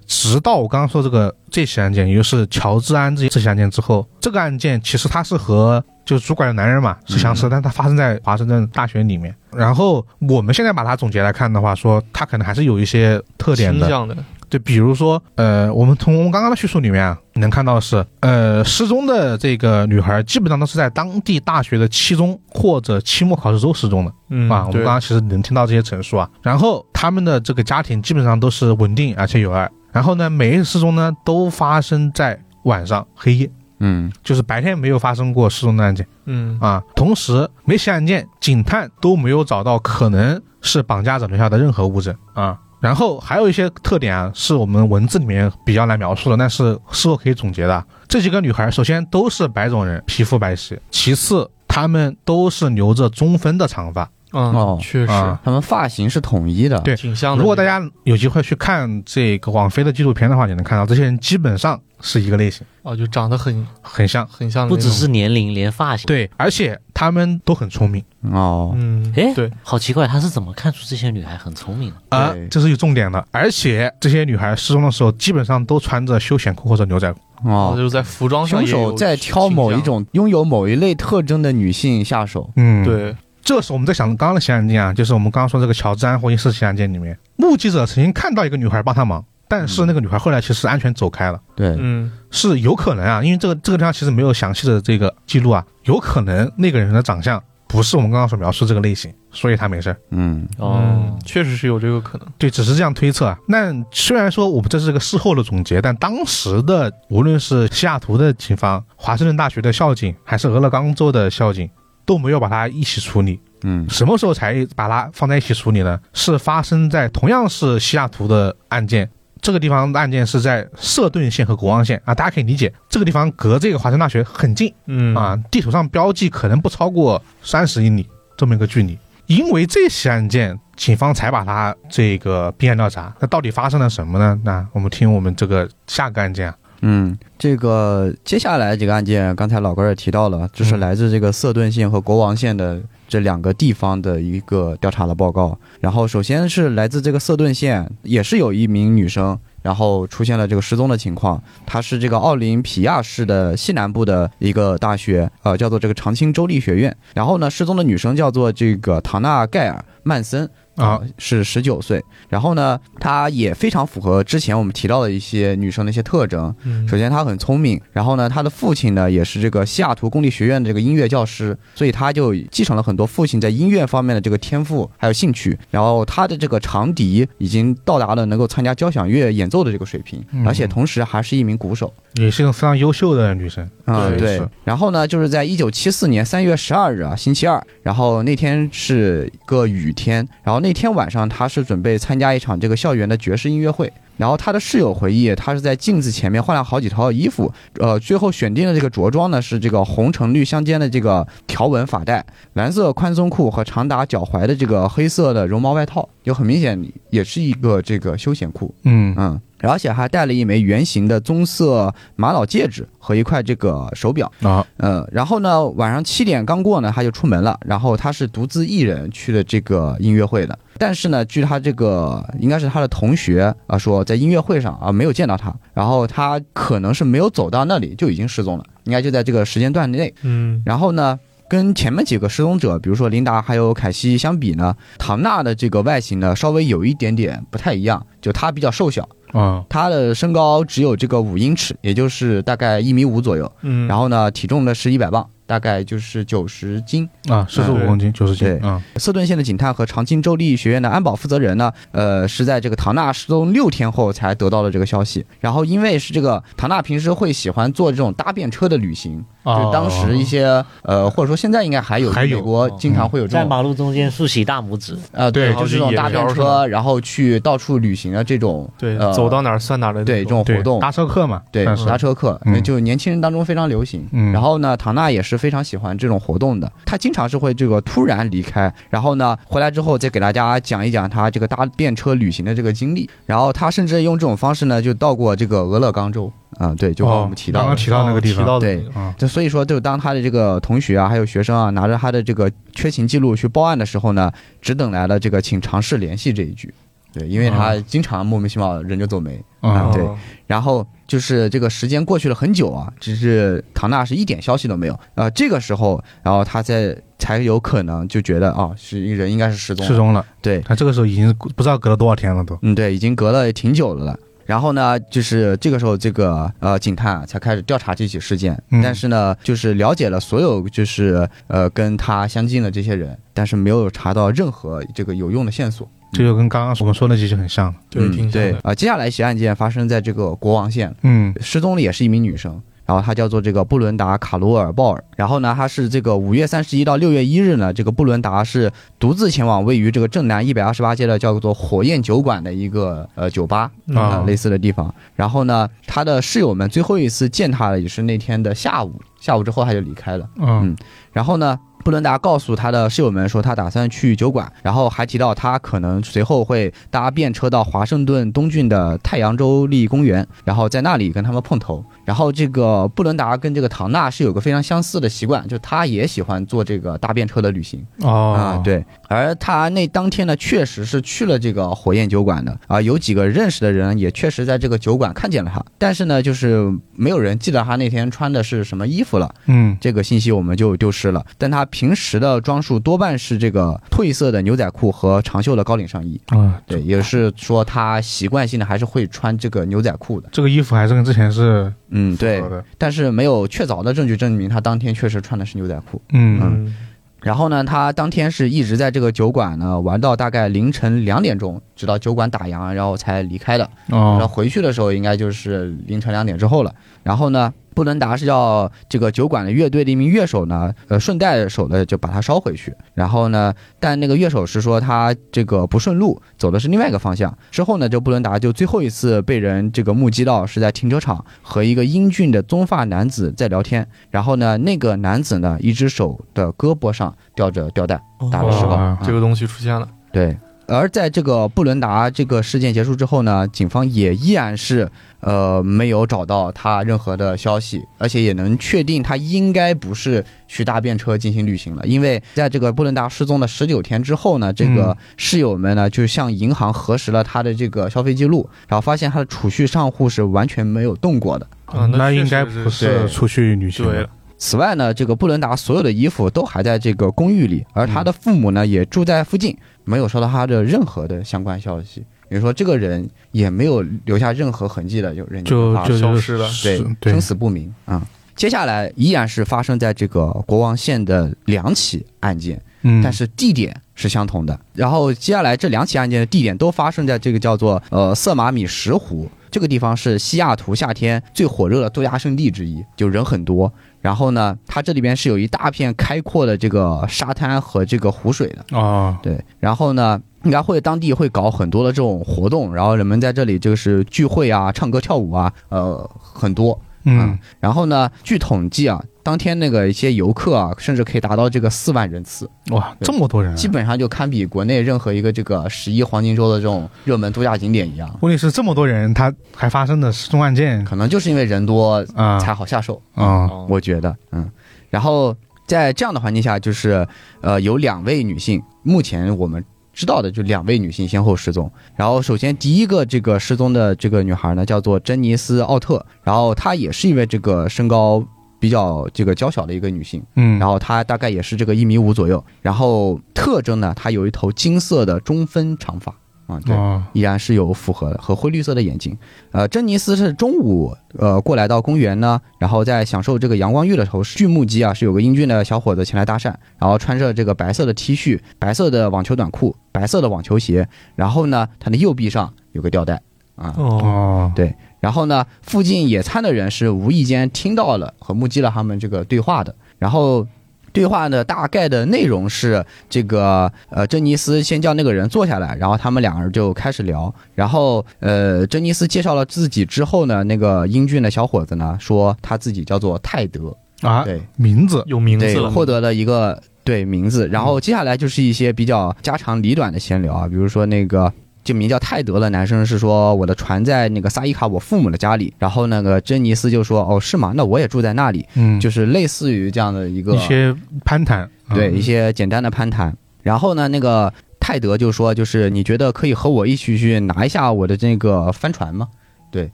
直到我刚刚说这个这起案件，也就是乔治安这这起案件之后，这个案件其实它是和就是主管的男人嘛是相似，但它发生在华盛顿大学里面。然后我们现在把它总结来看的话，说它可能还是有一些特点
倾
的，
向的，
对，比如说呃，我们从我们刚刚的叙述里面啊，能看到的是呃，失踪的这个女孩基本上都是在当地大学的期中或者期末考试周失踪的。
嗯
啊，我们
对
刚刚其实能听到这些陈述啊。然后他们的这个家庭基本上都是稳定而且有爱。然后呢，每一次失踪呢都发生在晚上黑夜，
嗯，
就是白天没有发生过失踪的案件
嗯
啊。同时，每起案件警探都没有找到可能是绑架者留下的任何物证啊。然后还有一些特点啊，是我们文字里面比较难描述的，但是事后可以总结的啊。这几个女孩首先都是白种人，皮肤白皙；其次，她们都是留着中分的长发。
嗯
哦
确实、
啊
他们发型是统一的，
对
挺像的。
如果大家有机会去看这个网飞的纪录片的话，你能看到这些人基本上是一个类型，
哦，就长得很
很像。
很像的
不
那种，
只是年龄，连发型。，
对，而且他们都很聪明
哦，
嗯，
诶
对，
好奇怪，他是怎么看出这些女孩很聪明的？
啊
对，
这是有重点的。而且这些女孩失踪的时候，基本上都穿着休闲裤或者牛仔裤。
然后
哦，
就是在服装上
凶
也
手
有
在挑某一
倾向，
种拥有某一类特征的女性下手，
嗯，，
对，
这是我们在想刚刚的嫌案件啊，就是我们刚刚说这个乔治安婚姻事情案件里面，目击者曾经看到一个女孩帮他忙，但是那个女孩后来其实安全走开了。
对，
嗯，
是有可能啊，因为这个这个地方其实没有详细的这个记录啊，有可能那个人的长相不是我们刚刚所描述这个类型，所以他没事儿。
嗯，
哦
嗯，，确实是有这个可能。
对，只是这样推测啊。那虽然说我们这是个事后的总结，但当时的无论是西雅图的警方、华盛顿大学的校警，还是俄勒冈州的校警，都没有把它一起处理。
嗯，
什么时候才把它放在一起处理呢？是发生在同样是西雅图的案件，这个地方的案件是在社顿县和国王县啊，大家可以理解，这个地方隔这个华盛顿大学很近
嗯
啊，，地图上标记可能不超过三十英里这么一个距离。因为这起案件，警方才把它这个并案调查。那到底发生了什么呢？那我们听我们这个下个案件啊，
嗯，这个接下来几个案件，刚才老哥也提到了，就是
嗯
来自这个色顿县和国王县的这两个地方的一个调查的报告。然后，首先是来自这个色顿县，也是有一名女生，然后出现了这个失踪的情况。她是这个奥林匹亚市的西南部的一个大学，呃，叫做这个长青州立学院。然后呢，失踪的女生叫做这个唐纳盖尔曼森，
啊，
是十九岁。然后呢，她也非常符合之前我们提到的一些女生的一些特征。
嗯
首先，她很聪明，然后呢，她的父亲呢也是这个西雅图公立学院的这个音乐教师，所以她就继承了很多父亲在音乐方面的这个天赋还有兴趣。然后她的这个长笛已经到达了能够参加交响乐演奏的这个水平，
嗯
而且同时还是一名鼓手。
也是一个非常优秀的女生，
啊、
对
对
是。
然后呢，就是在一九七四年三月十二日啊，星期二，然后那天是一个雨天，然后那天晚上他是准备参加一场这个校园的爵士音乐会。然后他的室友回忆，他是在镜子前面换了好几套衣服，呃，最后选定的这个着装呢是这个红橙绿相间的这个条纹发带，蓝色宽松裤和长达脚踝的这个黑色的绒毛外套，就很明显也是一个这个休闲裤。
嗯
嗯，而且还带了一枚圆形的棕色玛瑙戒指和一块这个手表。
啊，
嗯，然后呢，晚上七点刚过呢，他就出门了。然后他是独自一人去的这个音乐会的。但是呢，据他这个应该是他的同学啊、说，在音乐会上啊、没有见到他，然后他可能是没有走到那里就已经失踪了，应该就在这个时间段内。
嗯
然后呢，跟前面几个失踪者，比如说琳达还有凯西相比呢，唐娜的这个外形呢稍微有一点点不太一样，就她比较瘦小。
啊，
他的身高只有这个五英尺，也就是大概一米五左右。
嗯，
然
后
后呢，体重呢是一百磅，大概就是九十斤。
啊，四十五
对
公斤，九十斤
对
啊，
色顿县的警探和长青州立学院的安保负责人呢，呃，是在这个唐纳失踪六天后才得到了这个消息。然后因为是这个唐纳平时会喜欢坐这种搭便车的旅行，就当时一些呃，或者说现在应该还有，
啊还有
美国经常会有这
在
种
马路中间竖起大拇指，
啊，
对
对，就是这种
野
搭便
漂是
车，
吧
然后去到处旅行的这种
对，
呃
走到哪儿算哪儿的那
对这种活
对，
动，
搭车客嘛，
对
算是
搭车客，
嗯
那就年轻人当中非常流行。
嗯
然后呢，唐娜也是非常喜欢这种活动的，她经常是会这个突然离开，然后呢回来之后再给大家讲一讲她这个搭便车旅行的这个经历。然后她甚至用这种方式呢，就到过这个俄勒冈州啊、对，就刚刚我们提到
哦
的。
刚刚提到那个地方
提到的
对
那个
啊，
就所以说，就当他的这个同学啊，还有学生啊，拿着他的这个缺勤记录去报案的时候呢，只等来了这个“请尝试联系”这一句。对，因为他
哦
经常莫名其妙人就走没，啊
嗯
对
哦
然后就是这个时间过去了很久啊，只是唐娜是一点消息都没有。呃，这个时候，然后他才才有可能就觉得啊、是一个人应该是失踪了。
失踪了。
对，
他这个时候已经不知道隔了多少天了都。
嗯，对，已经隔了挺久了了。然后呢，就是这个时候，这个呃警探啊才开始调查这起事件，
嗯
但是呢，就是了解了所有就是呃跟他相近的这些人，但是没有查到任何这个有用的线索。
这就跟刚刚我们说那集就很像了。
对，
嗯
挺像
对
的
啊、接下来一起案件发生在这个国王县，
嗯
失踪的也是一名女生，然后她叫做这个布伦达·卡罗尔·鲍尔。然后呢，她是这个五月三十一到六月一日呢，这个布伦达是独自前往位于这个正南一百二十八街的叫做火焰酒馆的一个呃酒吧
嗯
啊
呃类似的地方。然后呢，她的室友们最后一次见她的也是那天的下午，下午之后她就离开了。
嗯
嗯然后呢，布伦达告诉他的室友们说，他打算去酒馆，然后还提到他可能随后会搭便车到华盛顿东郡的太阳州立公园，然后在那里跟他们碰头。然后这个布伦达跟这个唐纳是有个非常相似的习惯，就他也喜欢做这个搭便车的旅行。啊
哦，，
对，而他那当天呢，确实是去了这个火焰酒馆的啊，有几个认识的人也确实在这个酒馆看见了他，但是呢，就是没有人记得他那天穿的是什么衣服了。
嗯
这个信息我们就丢失了。但他平时的装束多半是这个褪色的牛仔裤和长袖的高领上衣，
啊，
对，也是说他习惯性的还是会穿这个牛仔裤的。
这个衣服还是跟之前是
嗯，对
好。的
但是没有确凿的证据证明他当天确实穿的是牛仔裤。
嗯
嗯
然后呢，他当天是一直在这个酒馆呢玩到大概凌晨两点钟，直到酒馆打烊，然后才离开的。嗯然后
哦，
回去的时候应该就是凌晨两点之后了。然后呢，布伦达是要这个酒馆的乐队的一名乐手呢，呃，顺带手的就把他捎回去。然后呢，但那个乐手是说他这个不顺路，走的是另外一个方向。之后呢，这布伦达就最后一次被人这个目击到是在停车场和一个英俊的棕发男子在聊天。然后呢，那个男子呢，一只手的胳膊上吊着吊带，打着石膏。
哦
啊
这个东西出现了，
对。而在这个布伦达这个事件结束之后呢，警方也依然是呃没有找到他任何的消息，而且也能确定他应该不是去搭便车进行旅行了，因为在这个布伦达失踪的十九天之后呢，这个室友们呢就向银行核实了他的这个消费记录，然后发现他的储蓄账户是完全没有动过的。
啊那
那
确
应该
实
不是
对
出去旅行
对
的
了，
此外呢，这个布伦达所有的衣服都还在这个公寓里，而他的父母呢也住在附近，没有收到他的任何的相关消息。比如说，这个人也没有留下任何痕迹的，有人
就
把他
就
消
就
失了
是
对
对
生，死不明啊、嗯接下来依然是发生在这个国王县的两起案件，
嗯，
但是地点是相同的。然后接下来这两起案件的地点都发生在这个叫做呃色马米石湖这个地方，是西雅图夏天最火热的度假胜地之一，就人很多。然后呢，它这里边是有一大片开阔的这个沙滩和这个湖水的。
哦，
对，然后呢，应该会当地会搞很多的这种活动，然后人们在这里就是聚会啊、唱歌跳舞啊，呃，很多。啊
嗯，
然后呢，据统计啊，当天那个一些游客啊，甚至可以达到这个四万人次。
哇，
对
这么多人啊，
基本上就堪比国内任何一个这个十一黄金周的这种热门度假景点一样。
问题是这么多人，他还发生的失踪案件
可能就是因为人多
啊
才好下手，
啊，
哦
我觉得，嗯。然后在这样的环境下，就是呃，有两位女性，目前我们知道的就两位女性先后失踪。然后首先第一个这个失踪的这个女孩呢，叫做珍妮斯·奥特，然后她也是一位这个身高比较这个娇小的一个女性。
嗯，
然后她大概也是这个一米五左右，然后特征呢，她有一头金色的中分长发啊、对，
哦，
依然是有符合的和灰绿色的眼睛。呃，珍妮斯是中午呃过来到公园呢，然后在享受这个阳光浴的时候，据目击啊是有个英俊的小伙子前来搭讪，然后穿着这个白色的 T 恤、白色的网球短裤、白色的网球鞋，然后呢他的右臂上有个吊带啊。
哦，
哦，
对，然后呢，附近野餐的人是无意间听到了和目击了他们这个对话的。然后对话呢，大概的内容是这个呃，珍妮斯先叫那个人坐下来，然后他们两人就开始聊。然后呃，珍妮斯介绍了自己之后呢，那个英俊的小伙子呢说他自己叫做泰德，
啊，
对，
名字嗯
有名
对
字，了，
获得了一个对名字。然后接下来就是一些比较家长里短的闲聊啊，比如说那个。这名叫泰德的男生是说，我的船在那个萨伊卡我父母的家里。然后那个珍妮斯就说，哦，是吗？那我也住在那里，
嗯，
就是类似于这样的一个
一些攀谈，嗯
对一些简单的攀谈。然后呢，那个泰德就说，就是你觉得可以和我一起去拿一下我的这个帆船吗？对。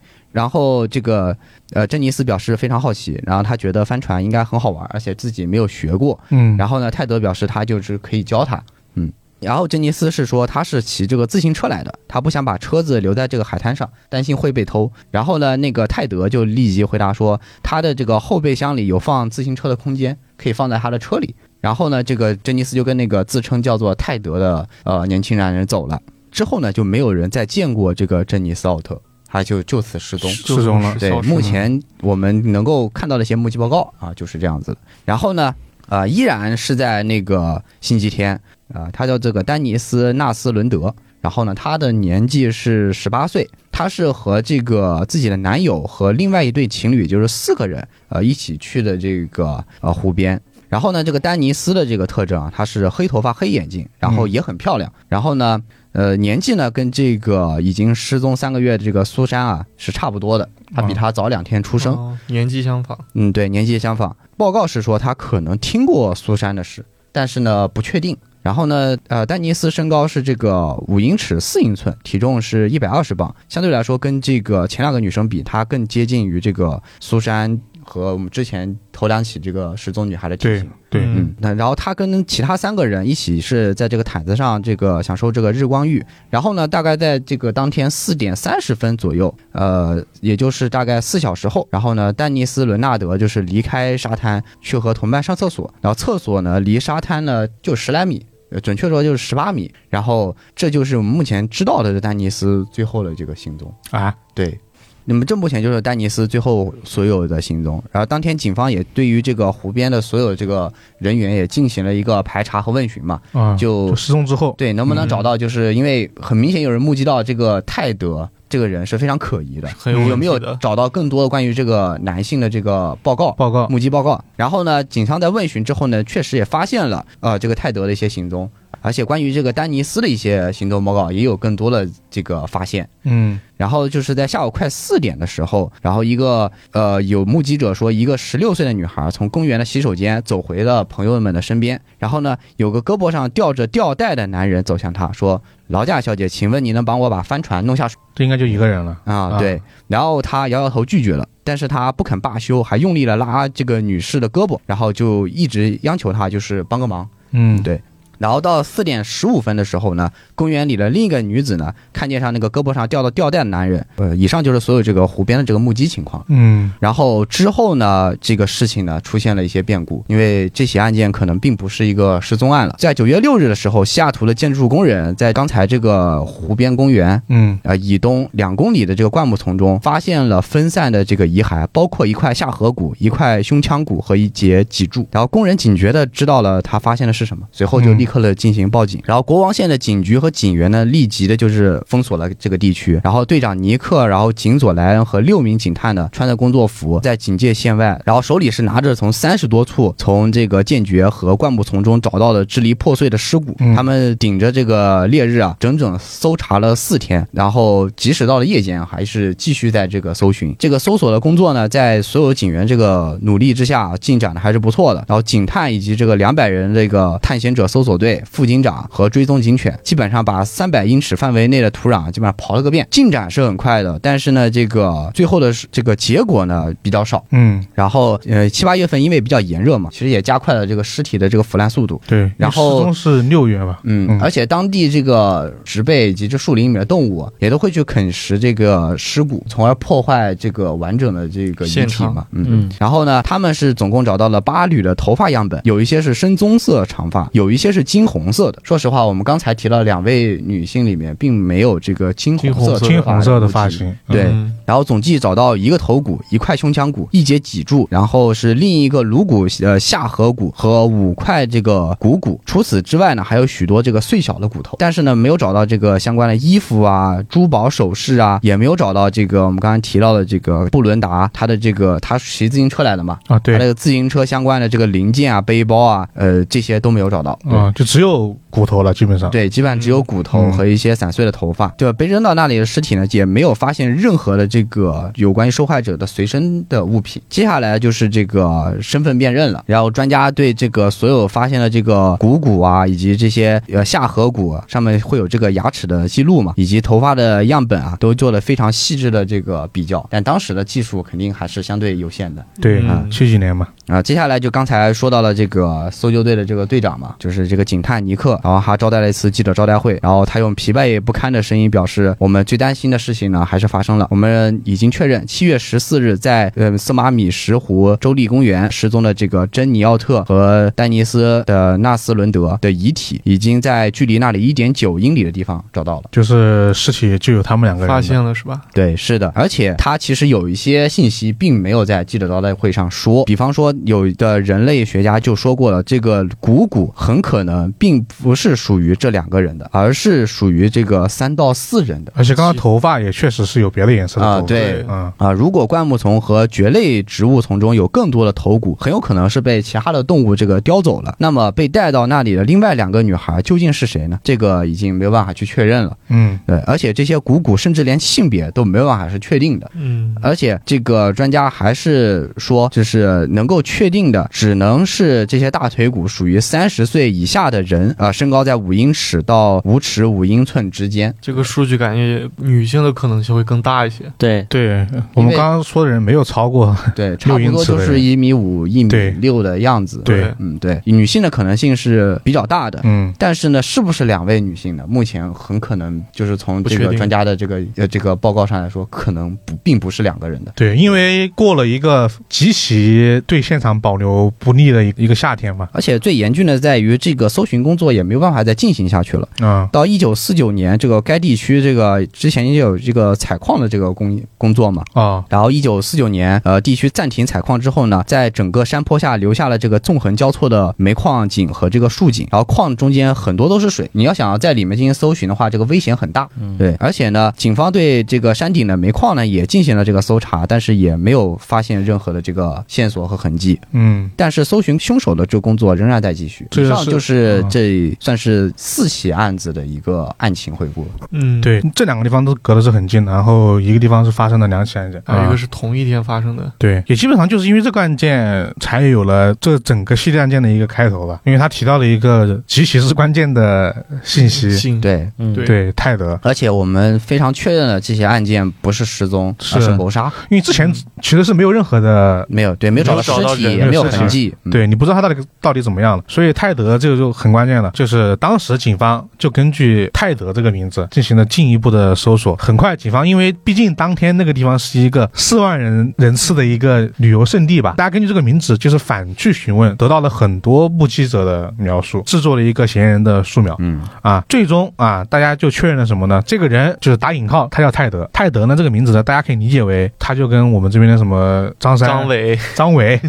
然后这个呃，珍妮斯表示非常好奇，然后他觉得帆船应该很好玩，而且自己没有学过，
嗯，
然后呢，泰德表示他就是可以教他，嗯。然后珍妮斯是说他是骑这个自行车来的，他不想把车子留在这个海滩上，担心会被偷。然后呢，那个泰德就立即回答说，他的这个后备箱里有放自行车的空间，可以放在他的车里。然后呢，这个珍妮斯就跟那个自称叫做泰德的呃年轻男人走了。之后呢，就没有人再见过这个珍妮斯奥特，他就就此失踪。
失踪了
对，目前我们能够看到的一些目击报告啊，就是这样子的。然后呢，呃，依然是在那个星期天，呃，他叫这个丹尼斯·纳斯伦德。然后呢，他的年纪是十八岁，他是和这个自己的男友和另外一对情侣，就是四个人，呃，一起去的这个呃湖边。然后呢，这个丹尼斯的这个特征啊，他是黑头发、黑眼睛，然
嗯
后也很漂亮。然后呢，呃，年纪呢跟这个已经失踪三个月的这个苏珊啊是差不多的，她
嗯
比他早两天出
出
生。
哦年纪相仿，
嗯，对，年纪相仿。报告是说他可能听过苏珊的事，但是呢不确定。然后呢，呃，丹尼斯身高是这个五英尺四英寸，体重是一百二十磅，相对来说跟这个前两个女生比，他更接近于这个苏珊和我们之前头两起这个失踪女孩的体
啊对
型。
对，
嗯
嗯，那然后他跟其他三个人一起是在这个毯子上这个享受这个日光浴，然后呢，大概在这个当天四点三十分左右，呃，也就是大概四小时后，然后呢，丹尼斯·伦纳德就是离开沙滩去和同伴上厕所，然后厕所呢离沙滩呢就十来米。呃准确说就是十八米，然后这就是我们目前知道的丹尼斯最后的这个行踪。
啊，
对，那么这目前就是丹尼斯最后所有的行踪。然后当天警方也对于这个湖边的所有这个人员也进行了一个排查和问询嘛，
啊，
就
失踪之后，
对能不能找到，就是因为很明显有人目击到这个泰德这个人是非常可疑的，
很有问
有没有
题的
找到更多的关于这个男性的这个报告？
报告
目击报告。然后呢，警方在问询之后呢，确实也发现了呃这个泰德的一些行踪，而且关于这个丹尼斯的一些行踪报告也有更多的这个发现。
嗯，
然后就是在下午快四点的时候，然后一个呃有目击者说，一个十六岁的女孩从公园的洗手间走回了朋友们的身边，然后呢，有个胳膊上吊着吊带的男人走向她，说：“劳驾小姐，请问你能帮我把帆船弄下水
这应该就一个人了，
啊
啊？”
对，然后她摇摇头拒绝了，但是她不肯罢休，还用力的拉这个女士的胳膊，然后就一直央求她就是帮个忙。
嗯，
对然后到四点十五分的时候呢，公园里的另一个女子呢，看见上那个胳膊上吊的吊带的男人。呃，以上就是所有这个湖边的这个目击情况。
嗯，
然后之后呢，这个事情呢出现了一些变故，因为这起案件可能并不是一个失踪案了。在九月六日的时候，西雅图的建筑工人在刚才这个湖边公园。
嗯，
呃，以东两公里的这个灌木丛中，发现了分散的这个遗骸，包括一块下颌骨、一块胸腔骨和一节脊柱。然后工人警觉的知道了他发现的是什么，随后就
嗯
立刻的进行报警。然后国王县的警局和警员呢，立即的就是封锁了这个地区。然后队长尼克，然后警佐莱恩和六名警探呢，穿着工作服在警戒线外，然后手里是拿着从三十多处从这个剑蕨和灌木丛中找到的支离破碎的尸骨，
嗯
他们。他们顶着这个烈日啊，整整搜查了四天，然后即使到了夜间，还是继续在这个搜寻。这个搜索的工作呢，在所有警员这个努力之下，进展的还是不错的。然后警探以及这个两百人这个探险者搜索队、副警长和追踪警犬，基本上把三百英尺范围内的土壤基本上刨了个遍，进展是很快的。但是呢，这个最后的是这个结果呢比较少。
嗯，
然后，呃，七八月份因为比较炎热嘛，其实也加快了这个尸体的这个腐烂速度。
对，
然后
失踪是六月吧，
嗯
嗯，
而且当地这个植被以及这树林里面的动物也都会去啃食这个尸骨，从而破坏这个完整的这个遗
现
体
场
嘛。嗯。
嗯
然后呢，他们是总共找到了八缕的头发样本，有一些是深棕色长发，有一些是金红色的。说实话，我们刚才提了两位女性里面并没有这个金
金
红色
红
的
金红色的发
型。
型，啊
对
嗯
然后总计找到一个头骨、一块胸腔骨、一节脊柱，然后是另一个颅骨、呃下颌骨和五块这个股骨。除此之外呢，还有许多这个碎小的骨头，但是呢，没有找到这个相关的衣服啊、珠宝首饰啊，也没有找到这个我们刚才提到的这个布伦达他的这个他骑自行车来的嘛，
啊，
他
对，
的自行车相关的这个零件啊、背包啊，呃这些都没有找到。
嗯，就只有骨头了，基本上。
对，基本上只有骨头
嗯
和一些散碎的头发。对，啊被扔到那里的尸体呢，也没有发现任何的这个有关于受害者的随身的物品。接下来就是这个身份辨认了，然后专家对这个所有发现的这个股骨啊，以及这些呃下颌骨啊上面会有这个牙齿的记录嘛，以及头发的样本啊，都做了非常细致的这个比较。但当时的技术肯定还是相对有限的。
对
嗯，
七几年嘛，
啊，接下来就刚才说到了这个搜救队的这个队长嘛，就是这个警探尼克，然后他招待了一次记者招待会，然后他用疲惫不堪的声音表示，我们最担心的事情呢还是发生了，我们已经确认七月十四日在呃色马米什湖州立公园失踪的这个珍妮奥特和丹尼斯的纳斯伦德的遗体，已经在距离那里一点九英里的地方找到了。
就是尸体就有他们两个人的
发现了是吧？
对，是的，而且他其实有一些信息并没有在记者招待会上说，比方说有的人类学家就说过了，这个股骨很可能并不是属于这两个人的，而是属于这个三到四人的。
而且刚刚头发也确实是有别的颜色的
啊
头发，
对
嗯，
啊，如果灌木丛和蕨类植物丛中有更多的头骨，很有可能是被其他的动物这个叼走了。那么被带到那里的另外两个女孩究竟是谁呢？这个已经没有办法去确认了。
嗯，
对，而且这些股骨甚至连性别都没有办法是确定的。
嗯，
而且这个专家还是说，就是能够确定的，只能是这些大腿骨属于三十岁以下的人，啊、身高在五英尺到五尺五英寸之 间。
这个数据感觉女性的可能性会更大一些。
对，
对，我们刚刚说的人没有超过，
对，差不
英
多
尺
就
的
是
人
一米五、一米
对
六的样子。
对，
嗯，对，女性的可能性是比较大的。
嗯，
但是呢，是不是两位女性呢？目前很可能就是从
不
这
确
个
定
专家的这个呃这个报告上来说，可能不并不是两个人的。
对，因为过了一个极其对现场保留不利的一一个夏天嘛，
而且最严峻的在于，这个搜寻工作也没有办法再进行下去了。
嗯，
到一九四九年，这个该地区这个之前也有这个采矿的这个工工作嘛。
哦，
然后，一九四九年，呃，地区暂停采矿之后呢，在整个山坡下留下了这个纵横交错的煤矿井和这个树井，然后矿中间很多都是水，你要想要在里面进行搜寻的话，这个危险很大。对，而且呢，警方对这个山顶的煤矿呢也进行了这个搜查，但是也没有发现任何的这个线索和痕迹。
嗯，
但是搜寻凶手的这个工作仍然在继续。
这
以
个
上
是
就是
嗯
这算是四起案子的一个案情回顾。
嗯，
对，这两个地方都隔得是很近，然后一个地方是发生了两起案件，
还有一
啊
个是同一天发生的。
对，也基本上就是因为这个案件，才有了这整个系列案件的一个开头吧。因为他提到了一个极其是关键的信息，
信
对，
嗯，
对
对泰德，
而且我们非常确认了这些案件不是失踪，
是
而是谋杀。
因为之前其实是没有任何的，
没有，对，没有
没
找
有找
尸
到
体，
人
也没有
没有
痕迹。嗯，
对你不知道他到底到底怎么样了。所以泰德这个就很关键了，就是当时警方就根据泰德这个名字进行了进一步的搜索。很快，警方因为毕竟当天那个地方是一个四万人人次的一个旅游胜地吧，大家根据这个名字就是反去询问，得到了很多目击者的描述，制作了一个嫌疑人的素描。
嗯，
啊，最终啊，大家就确认了什么呢？这个人就是打引号，他叫泰德。泰德呢这个名字呢，大家可以理解为他就跟我们这边的什么张三、
张、伟，
张伟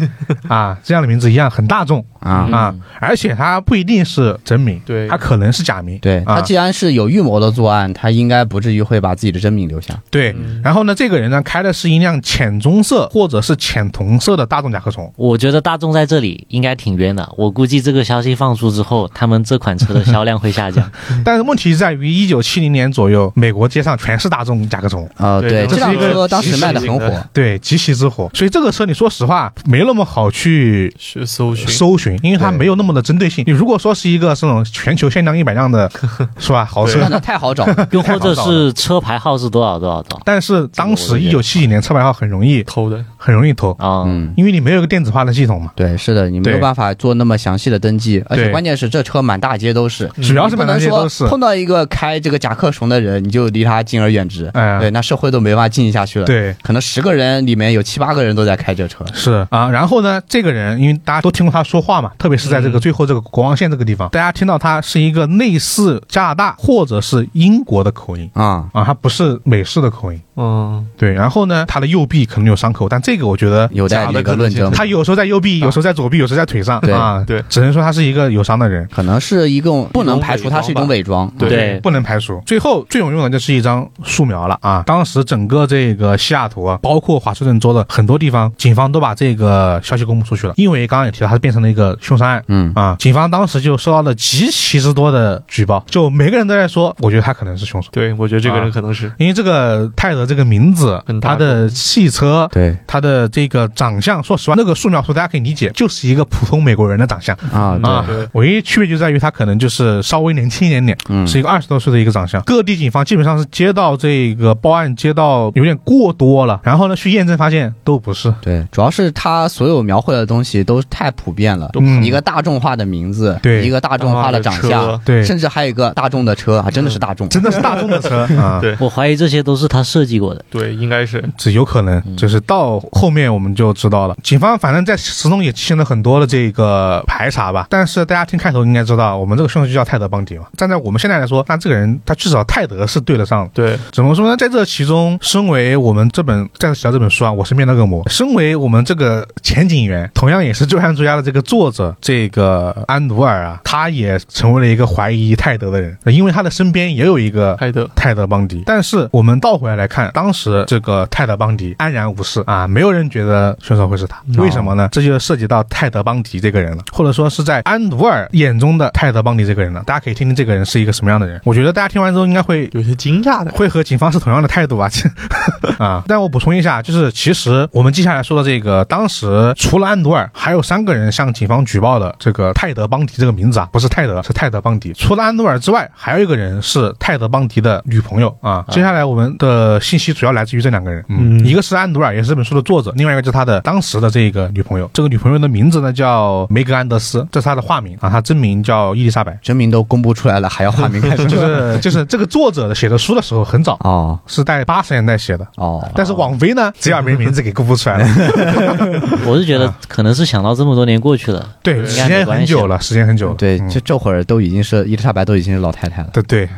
啊这样的名字一样，很大众
啊
嗯。
啊，而且他不一定是真名，
对
他可能是假名，
对
啊
他既然是有预谋的作案，他应该不至于会把自己的真名留下。
对。然后呢，这个人呢开的是一辆浅棕色或者是浅铜色的大众甲壳虫。
我觉得大众在这里应该挺冤的。我估计这个消息放出之后，他们这款车的销量会下降。，
但是问题在于，一九七零年左右，美国街上全是大众甲壳虫。
啊，
对
对，
这是
这辆
一个
车当时卖的
即
很
时性
火。
对，极其之火，所以这个车你说实话没那么好去
去搜寻，
搜寻，因为它
对
没有那么的针对性。你如果说是一个这种全球限量一百辆的，是吧？豪车
那，那太好找了
又或
太好
者
找了
是车牌号是多少多少多少
但是当时一九七几年车牌号很容易
偷的，
很容易偷，
啊？
嗯，
因为你没有一个电子化的系统嘛。
对，是的，你没有
对
办法做那么详细的登记，而且
对
关键是这车满大街都是，
主要是
嗯不
满大
能
街
说
都是，
碰到一个开这个甲壳虫的人，你就离他敬而远之。
哎
对，那社会都没法进行下去了。，
对。
可能十个人里面有七八个人都在开这车。
是啊，然后呢，这个人因为大家都听过他说话嘛，特别是在这个
嗯
最后这个国王现县这个地方，大家听到它是一个类似加拿大或者是英国的口音
啊，
啊，它不是美式的口音。
嗯，
对，然后呢，他的右臂可能有伤口，但这个我觉得
有待
假
这
的
个
可能
论
性
证。
他有时候在右臂，
啊
有时候在左臂，有时候在腿上
对
啊，
对，
只能说他是一个有伤的人，
可能是一种不能排除它是一种伪装。
对
对
不能排除。最后最有用的就是一张素描了啊！当时整个这个西雅图啊，包括华盛顿州的很多地方，警方都把这个消息公布出去了，因为刚刚也提到它变成了一个凶杀案。
嗯，
啊！警方当时就收到了极其之多的举报，就每个人都在说，我觉得他可能是凶手，
对，我觉得这个
啊
人可能是，
因为这个泰德这个名字
很，大
他
众
的汽车，
对
他的这个长相，说实话，那个素描图大家可以理解，就是一个普通美国人的长相
啊，
嗯
对，
啊
对。
唯一区别就在于他可能就是稍微年轻一点点，
嗯，
是一个二十多岁的一个长相。各地警方基本上是接到这个报案，接到有点过多了，然后呢去验证发现都不是。
对，主要是他所有描绘的东西都太普遍了，
都普遍
一个大众化的名字，
对
一个大众化的长相，
对，嗯
甚至还有一个大众的车，啊还真的是大众。
真的是大众的车啊。
对
我怀疑这些都是他设计过的。
对，应该是
这有可能，就是到后面我们就知道了。警方反正在石中也进行了很多的这个排查吧，但是大家听开头应该知道，我们这个凶手就叫泰德·邦迪嘛。站在我们现在来说，那这个人他至少泰德是对得上的。
对，
怎么说呢？在这其中，身为我们这本《战士小》这本书啊，我身边的恶魔，身为我们这个前警员，同样也是《罪案追押》的这个作者，这个安努尔啊，他也成为了一个怀疑泰德的人，因为他的身边也有一个
泰德，
泰德·邦迪。但是我们倒回来来看，当时这个泰德·邦迪安然无事啊，没有人觉得凶手会是他，为什么呢？这就涉及到泰德·邦迪这个人了，或者说是在安努尔眼中的泰德·邦迪这个人了。大家可以听听这个人是一个什么样的人。我觉得大家听完之后应该会
有些惊讶的，
会和警方是同样的态度吧？ 这啊，但我补充一下，就是其实我们接下来说的这个，当时除了安努尔，还有三个人向警方举报的这个泰德·邦迪这个名字啊，不是泰德，是泰德·邦迪。除了安努尔之外，还有一个人是泰德·邦迪的女朋友啊。接下来我们的信息主要来自于这两个人，
嗯
一个是安努尔，也是这本书的作者，另外一个就是他的当时的这个女朋友。这个女朋友的名字呢叫梅格·安德斯，这是她的化名啊，她真名叫伊丽莎白。
真名都公布出来了，还要化名干什
就
么？
是就是这个作者写的书的时候很早，
哦
是在八十年代写的，
哦，
但是网飞呢，只把没名字给公布出来了。
我是觉
嗯
得可能是想到这么多年过去了，
对，时间很久了，时间很久了。
对，
嗯
这这会儿都已经是伊丽莎白都已经是老太太了。
对对，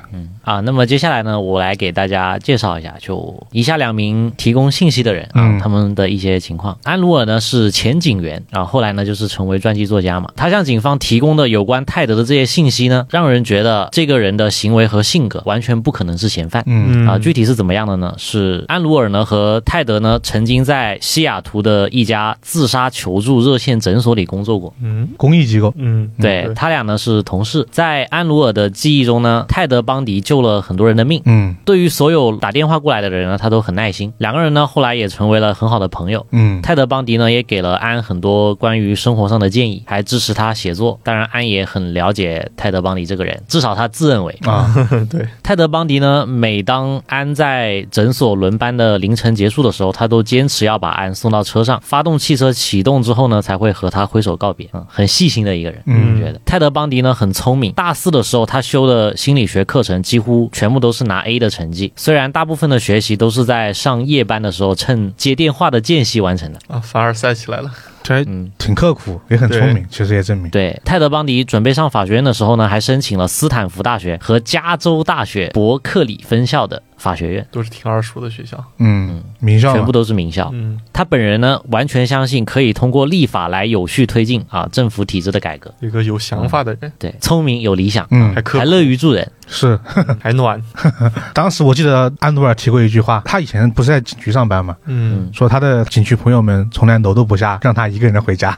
啊，那么接下来呢，我来给大家介绍一下，就以下两名提供信息的人啊，
嗯
他们的一些情况。安鲁尔呢是前警员啊，后来呢就是成为传记作家嘛。他向警方提供的有关泰德的这些信息呢，让人觉得这个人的行为和性格完全不可能是嫌犯。
嗯
啊，具体是怎么样的呢？是安鲁尔呢和泰德呢曾经在西雅图的一家自杀求助热线诊所里工作过，
嗯
公益机构，
嗯，
对他俩呢是同事，在安鲁尔的记忆中呢，泰德邦迪救了很多人的命。
嗯
对于所有打电话过来的人呢，他都很耐心。两个人呢，后来也成为了很好的朋友。
嗯
泰德·邦迪呢，也给了安很多关于生活上的建议，还支持他写作。当然，安也很了解泰德·邦迪这个人，至少他自认为。
啊，
对，
泰德·邦迪呢，每当安在诊所轮班的凌晨结束的时候，他都坚持要把安送到车上，发动汽车启动之后呢，才会和他挥手告别。嗯，很细心的一个人。
嗯
觉得泰德·邦迪呢很聪明，大四的时候他修的心理学课程几乎全部都是拿 A 的成绩，虽然大部分的学习都是在上夜班的时候趁接电话的间隙完成的。
啊，凡尔赛起来了，
这还
嗯，
挺刻苦，也很聪明，其实也证明。
对，泰德·邦迪准备上法学院的时候呢，还申请了斯坦福大学和加州大学伯克里分校的法学院，
都是挺耳熟的学
啊
校，
嗯，名校
全
嘛
部都是名校。
嗯，
他本人呢，完全相信可以通过立法来有序推进啊政府体制的改革。
一个有想法的人，
对，聪明有理想，
嗯
还，刻
还
苦
乐于助人。
是。
还暖，
当时我记得安努尔提过一句话，他以前不是在警局上班嘛，
嗯，
说他的警局朋友们从来楼都不下，让他一个人回家，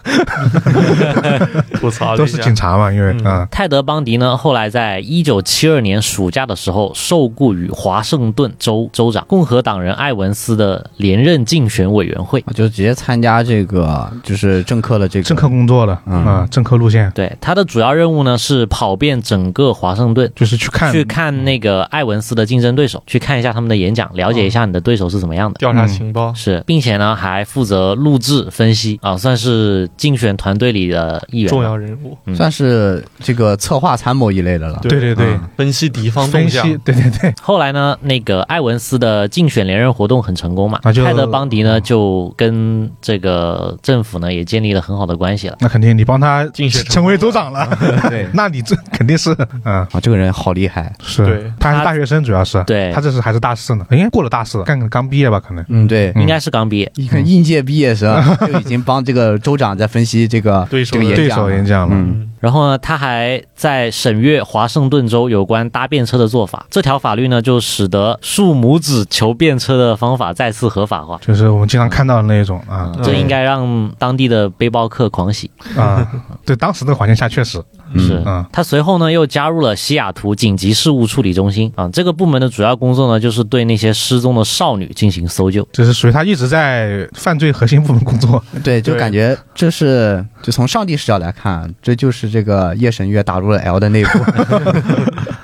吐槽
都是警
察，
察嘛，因为
嗯
啊，
泰德·邦迪呢，后来在一九七二年暑假的时候受雇于华盛顿州州长共和党人艾文斯的连任竞选委员会。
就直接参加这个，就是政客的这个
政客工作了
嗯
啊，政客路线
对，他的主要任务呢是跑遍整个华盛顿，
就是去看
去看那个艾文斯的竞争对手，去看一下他们的演讲，了解一下你的对手是怎么样的。
调
嗯
查情报，
是，并且呢还负责录制分析啊，算是竞选团队里的一员吧。
重要样人物，
嗯
算是这个策划参谋一类的了。
对啊对对，
嗯
啊分析敌方动
分析
向，，
对对对，
后来呢，那个埃文斯的竞选连任活动很成功嘛，
那就
泰德邦迪呢就跟这个政府呢也建立了很好的关系了。
那肯定你帮他
竞选成
成为组长了，
对
那你这肯定是嗯。
啊，这个人好厉害。
是，
对
他还是
他
大学生，主要是，
对
他这是还是大四呢，应该过了大四了，刚刚毕业吧，可能。
嗯，对，
应该是刚毕业，
你看应届毕业生就已经帮这个州长在分析这个
对手
这个
的
演
对
讲
手
了
演讲了，
啊嗯，
然后呢，他还在审阅华盛顿州有关搭便车的做法。这条法律呢，就使得竖拇指求便车的方法再次合法化。
就是我们经常看到的那种啊
嗯，这应该让当地的背包客狂喜。
啊， 对，当时那个环境下确实，
嗯
是
嗯，
他随后呢又加入了西雅图紧急事务处理中心啊，这个部门的主要工作呢就是对那些失踪的少女进行搜救。
这是属于他一直在犯罪核心部门工作，
对，就
对
感觉这是就从上帝视角来看，这就是这个夜神月打入了 L 的内部。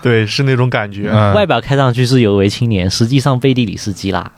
对，是那种感觉。
嗯
外表看上去是有为青年，实际上背地里是基拉。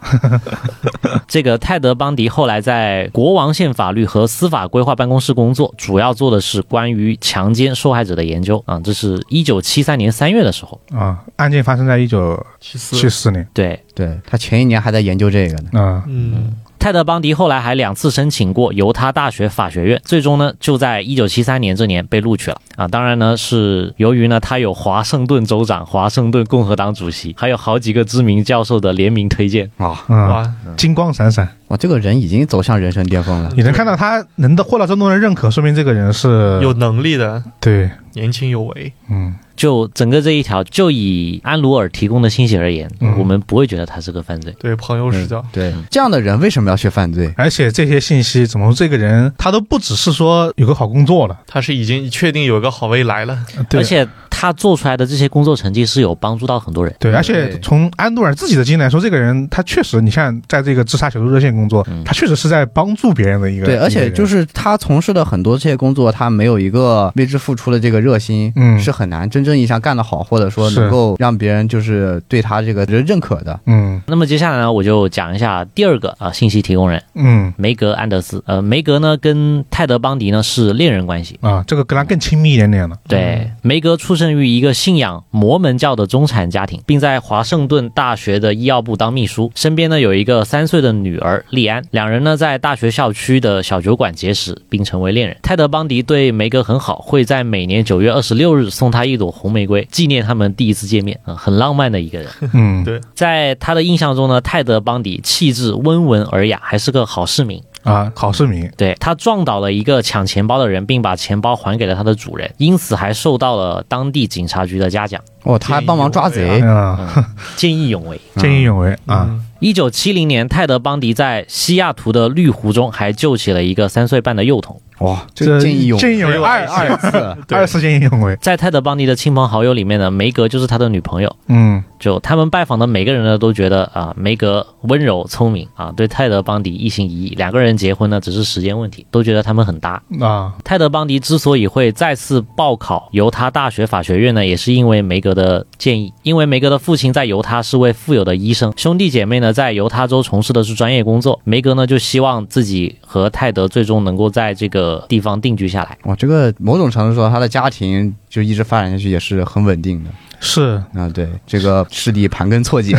这个泰德·邦迪后来在国王宪法律和司法规划办公室工作，主要做的是关于强奸受害者的研究啊。这是一九七三年三月的时候，
啊，案件发生在一九
其
七
次，
四年，
对。
对他前一年还在研究这个呢。
啊，
嗯，
泰德·邦迪后来还两次申请过犹他大学法学院，最终呢就在一九七三年这年被录取了啊。当然呢是由于呢他有华盛顿州长、华盛顿共和党主席，还有好几个知名教授的联名推荐，
啊，
嗯，
哇，
金光闪闪，
哇，这个人已经走向人生巅峰了。
你能看到他能得获得这么多人认可，说明这个人是
有能力的，
对，
年轻有为，
嗯，
就整个这一条，就以安鲁尔提供的信息而言，
嗯
我们不会觉得他是个犯罪。
对朋友视角，
对，这样的人为什么要去犯罪？
而且这些信息，怎么说这个人他都不只是说有个好工作了，
他是已经确定有一个好未来了，
对
而且他做出来的这些工作成绩是有帮助到很多人。
对，而
对
且从安杜尔自己的经历来说，这个人他确实，你像在这个自杀求助热线工作，他确实是在帮助别人的一个。
对，而且就是是他从事的很多这些工作，他没有一个为之付出的这个热心，
嗯
是很难真正意义上干得好，或者说
是
能够让别人就是对他这个认可的。
嗯
那么接下来呢，我就讲一下第二个啊、信息提供人
嗯
梅格·安德斯。呃，梅格呢跟泰德·邦迪呢是恋人关系。
啊，这个跟他更亲密一点点了。
对，梅格出生于一个信仰摩门教的中产家庭，并在华盛顿大学的医药部当秘书。身边呢有一个三岁的女儿莉安，两人呢在大学校区的小酒馆结识，并成为恋人。泰德·邦迪对梅格很好，会在每年九月二十六日送她一朵红玫瑰，纪念他们第一次见面。嗯，很浪漫的一个人。
嗯，
对
在他的印象中呢，泰德·邦迪气质温文尔雅，还是个好市民。
啊，好市民，
对他撞倒了一个抢钱包的人，并把钱包还给了他的主人，因此还受到了当地警察局的嘉奖，
哦，他还帮忙抓贼
见，
啊，
见义勇为。
见义勇为啊，
嗯，
一九七零年，泰德·邦迪在西雅图的绿湖中还救起了一个三岁半的幼童。
哇，
这
见义勇
见义勇为
没有
二
二
二
次，
对
二次见义勇为，
在泰德·邦迪的亲朋好友里面呢，梅格就是他的女朋友。
嗯
就他们拜访的每个人呢，都觉得啊，梅格温柔聪明啊，对泰德·邦迪一心一意。两个人结婚呢，只是时间问题，都觉得他们很搭。
啊，
泰德·邦迪之所以会再次报考犹他大学法学院呢，也是因为梅格的建议。因为梅格的父亲在犹他是位富有的医生，兄弟姐妹呢在犹他州从事的是专业工作。梅格呢就希望自己和泰德最终能够在这个地方定居下来。
哇，这个某种程度说，他的家庭就一直发展下去也是很稳定的
是
啊。对，这个势力盘 根错节，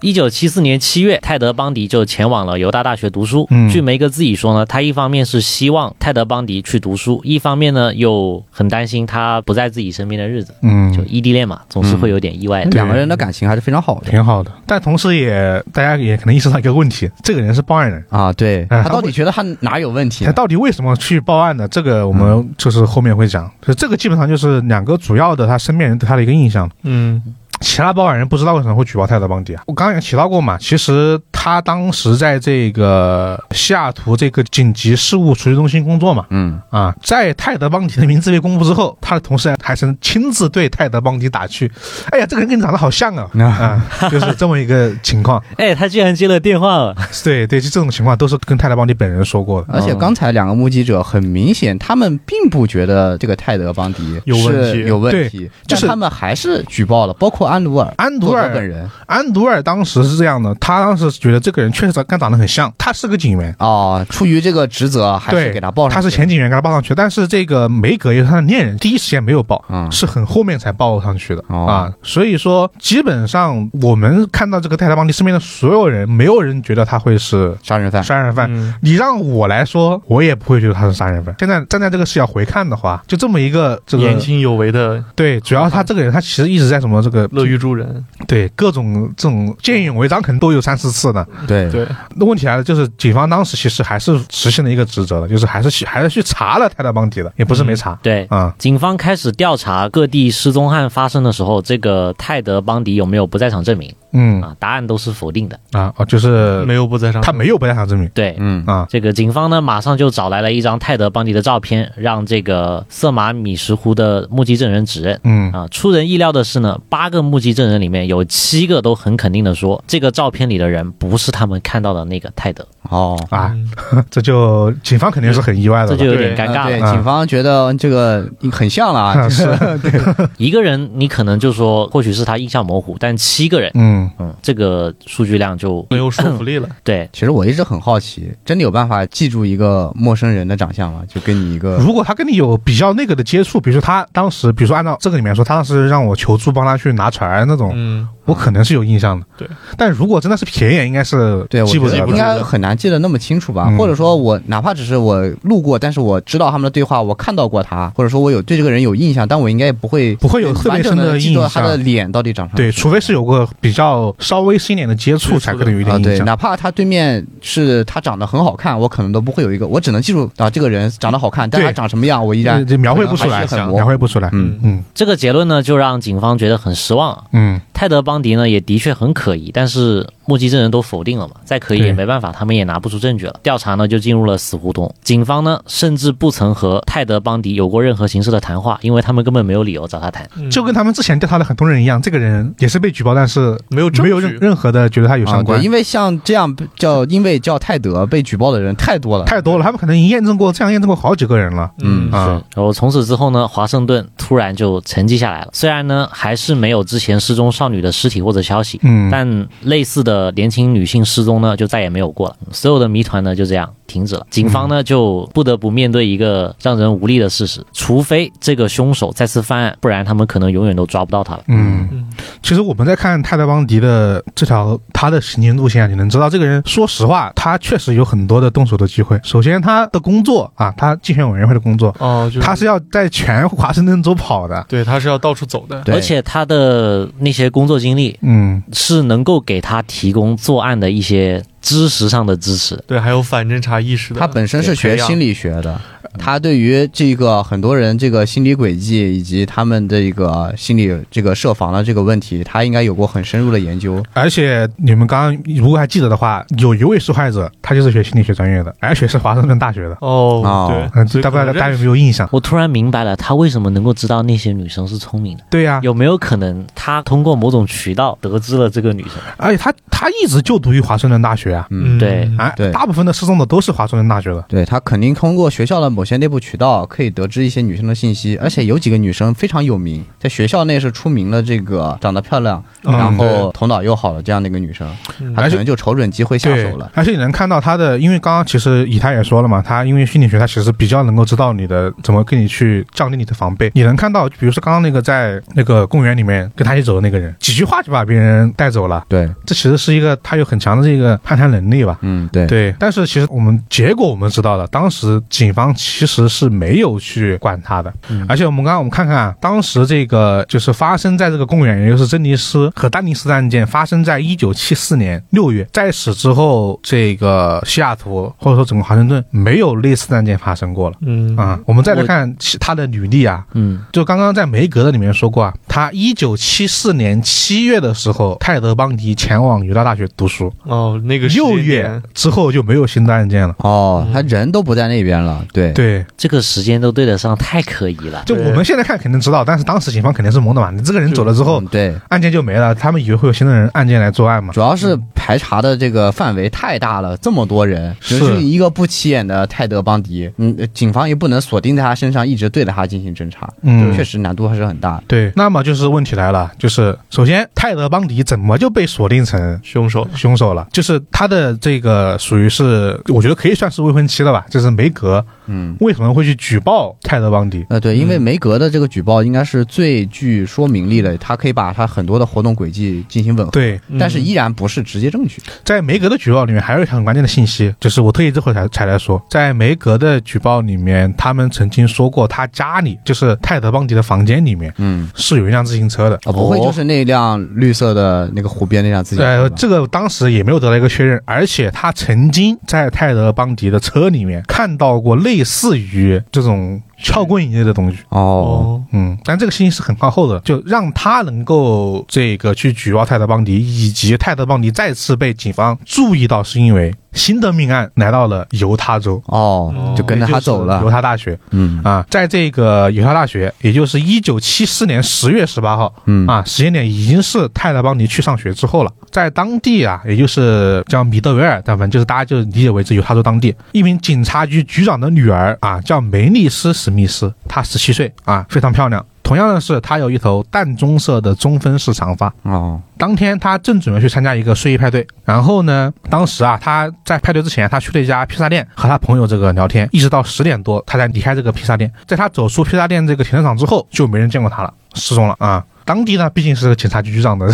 一九七四年七月，泰德·邦迪就前往了犹他大学读书。
嗯
据梅格自己说呢，他一方面是希望泰德·邦迪去读书，一方面呢又很担心他不在自己身边的日子，就
嗯。
异地恋嘛，总是会有点意外的。
两个人的感情还是非常好的
挺好的，但同时也，大家也可能意识到一个问题：这个人是报案人，
啊。对
哎
他到底觉得他哪有问题
他？哎到底为什么去报案呢？这个我
嗯
们就是后面会讲。就这个基本上就是两个主要的他身边人对他的一个印象，
嗯，
其他报案人不知道为什么会举报泰德邦迪啊。我刚刚也提到过嘛，其实他当时在这个西雅图这个紧急事务处理中心工作嘛。
嗯，
啊，在泰德邦迪的名字被公布之后，他的同事还曾亲自对泰德邦迪打趣：“哎呀，这个人跟你长得好像 啊！”啊，就是这么一个情况。
哎，他居然接了电话了。
对对，就这种情况都是跟泰德邦迪本人说过的。
而且刚才两个目击者很明显，他们并不觉得这个泰德邦迪
有问
是
题
有问题，
就是
但他们还是举报了，包括括安鲁尔、
安
佐
德
德
尔
本人
安德尔当时是这样的，他当时觉得这个人确实跟他长得很像，他是个警员，
哦，出于这个职责，还是
对
给他报上去。
他是前警员给他报上去，但是这个梅格也是他的恋人，第一时间没有报，
嗯
是很后面才报上去的、
哦
啊。所以说，基本上我们看到这个泰达邦迪身边的所有人，没有人觉得他会是
杀人犯，
杀人犯。
嗯
你让我来说，我也不会觉得他是杀人犯。现在站在这个视角回看的话，就这么一个这个
年轻有为的
对，主
啊
要他这个人，他其实一直在什么这个
乐于助人，
对各种这种见义勇为，张可能都有三四次呢。
对
对，
那问题来了，就是警方当时其实还是实现了一个职责的，就是还是去还是去查了泰达邦迪的，也不是没查
对，
啊、
警方开始调查各地失踪案发生的时候，这个泰德邦迪有没有不在场证明
嗯
啊？答案都是否定的。
啊哦，就是
没有不在上，
他没有不在场证明
对，
嗯
啊，
这个警方呢马上就找来了一张泰德邦迪的照片，让这个色马米什湖的目击证人指认。
嗯
啊，出人意料的是呢，八个目击证人里面有七个都很肯定的说，这个照片里的人不是他们看到的那个泰德，
哦，
啊，
嗯
这就警方肯定是很意外的
这
了，
就有点
对
尴尬
呃对，
了。
嗯
警方觉得这个很像 了啊，就是
一个人你可能就说或许是他印象模糊，但七个人，
嗯
嗯，这个数据量就
没有说服力了。
对。
其实我一直很好奇，真的有办法记住一个陌生人的长相吗？就跟你一个
如果他跟你有比较那个的接触，比如说他当时，比如说按照这个里面说，他当时让我求助帮他去拿船那种，
嗯，
我可能是有印象的。
对，
但如果真的是瞥一眼，应该是
对，我
记不
觉
得
得
的
应该很难记得那么清楚吧？
嗯
或者说我哪怕只是我路过，但是我知道他们的对话，我看到过他，或者说我有对这个人有印象，但我应该也不会
不会有特别
完
深
整
的
的
印
记住他的
象。
脸到底长什么样。
对，除非是有个比较稍微深一点的接触，才可能有一点
啊，
印
啊对，
象。
哪怕他对面是他长得很好看，我可能都不会有一个，我只能记住啊，这个人长得好看，但他
对
长什么样，我依
这
然
这描绘不出
可
来
能还是很，模糊
描绘不出来。
嗯
嗯
这个结论呢，就让警方觉得很失望啊。
嗯，
泰德·邦迪呢也的确很可疑，但是目击证人都否定了嘛，再可疑
对
也没办法，他们也拿不出证据了。调查呢就进入了死胡同，警方呢甚至不曾和泰德·邦迪有过任何形式的谈话，因为他们根本没有理由找他谈。
嗯
就跟他们之前调查的很多人一样，这个人也是被举报，但是
没有证
没有任
据，
任何的觉嗯得他有
啊
相
对，
关
因，为像这样叫因为叫泰德被举报的人太多了，
太多了。他们可能验证过这样验证过好几个人了
嗯
啊。
然后从此之后呢，华盛顿突然就沉寂下来了。虽然呢还是没有之前失踪少女的尸体或者消息，
嗯，
但类似的年轻女性失踪呢，就再也没有过了。所有的谜团呢，就这样停止了。警方呢，就不得不面对一个让人无力的事实：除非这个凶手再次犯案，不然他们可能永远都抓不到他了。
嗯，
嗯
其实我们在看泰德邦迪的这条他的行进路线啊，你能知道这个人，说实话，他确实有很多的动手的机会。首先，他的工作啊，他竞选委员会的工作，
哦，就是
他是要在全华盛顿州跑的。
对，他是要到处走的，
对
而且他的那些工作经历
嗯，
是能够给他提供作案的一些知识上的支持。
对，还有反侦查意识的，
他本身是学
培养
心理学的，他对于这个很多人这个心理轨迹以及他们的一个心理这个设防的这个问题，他应该有过很深入的研究。
而且你们刚刚如果还记得的话，有一位受害者，他就是学心理学专业的，而且是华盛顿大学 的。
哦
哦，
嗯，
对，
大不知道大家有没
有？
有印象？
我突然明白了，他为什么能够知道那些女生是聪明的。
对呀、
有没有可能他通过某种渠道得知了这个女生？
而且他他一直就读于华盛顿大学啊，
嗯，
对
哎
对，
大部分的失踪的都是华盛顿大学的。
对他肯定通过学校的某些内部渠道可以得知一些女生的信息，而且有几个女生非常有名，在学校内是出名了，这个长得漂亮，
嗯
然后头脑又好的这样的一个女生，
嗯
她可能就瞅准机会下
对，
手了。
而且你能看到他的，因为刚刚其实以太也说了嘛，他因为心理学，他其实比较能够知道你的怎么跟你去降低你的防备。你能看到，比如说刚刚那个在那个公园里面跟他一起走的那个人，几句话就把别人带走了，
对，
这其实是一个他有很强的这个判断能力吧。
嗯，对，
对，但是其实我们结果我们知道了，当时警方其实是没有去管他的，而且我们刚刚我们看看啊，当时这个就是发生在这个公园，也就是珍妮斯和丹尼斯的案件，发生在一九七四年六月，在此之后，这个西雅图或者说整个华盛顿没有类似的案件发生过了。
嗯
啊、我们再来看其他的履历啊，
嗯，
就刚刚在梅格的里面说过啊，他一九七四年七月的时候，泰德邦迪前往犹他大学读书，
哦，那个时
六
间
月
点
之后就没有新的案件了。
哦，他人都不在那边了，对，
对，
这个时间都对得上，太可疑了。
就我们现在看肯定知道，但是当时警方肯定是懵的嘛。你这个人走了之后
嗯，对，
案件就没了，他们以为会有新的人案件来作案嘛。嗯
主要是排查的这个范围太大了，这么多人，只
是
是一个不起眼的泰德邦迪，嗯，警方也不能锁定在他身上，一直对着他进行侦查，
嗯，
确实难度还是很大的。
对。那么就是问题来了，就是首先泰德邦迪怎么就被锁定成
凶手
凶手了？就是他的这个属于是，我觉得可以算是未婚妻了吧，就是梅格。
嗯，
为什么会去举报泰德邦迪？
呃，对，因为梅格的这个举报应该是最具说明力的，他可以把他很多的活动轨迹进行吻合，
对，
嗯
但是依然不是直接证据。
在梅格的举报里面，还有一条很关键的信息，就是我特意这会儿才才来说，在梅格的举报里面，他们曾经说过，他家里就是泰德邦迪的房间里面
嗯，
是有一辆自行车的。
啊，不会
哦
就是那辆绿色的那个湖边那辆自行车
呃，
吧？
这个当时也没有得到一个确认，而且他曾经在泰德邦迪的车里面看到过类似于这种撬棍一类的东西。
哦，
哦，
嗯，但这个信息是很靠后的，就让他能够这个去举报泰德邦迪，以及泰德邦迪再次被警方注意到，是因为新的命案来到了犹他州。
哦，就跟着他走
也就是
了
犹。他大学
嗯
啊，在这个犹他大学，也就是一九七四年十月十八号
嗯
啊，时间点已经是泰勒邦尼去上学之后了。在当地啊，也就是叫米德维尔，但反正就是大家就理解为这犹他州当地，一名警察局局长的女儿啊，叫梅丽斯·史密斯，她十七岁啊，非常漂亮。同样的是，她有一头淡棕色的中分式长发，
哦，
当天他正准备去参加一个睡衣派对，然后呢，当时啊，他在派对之前，他去了一家披萨店和他朋友这个聊天，一直到十点多，他才离开这个披萨店。在他走出披萨店这个停车场之后，就没人见过他了，失踪了啊。当地呢，毕竟是个警察局局长的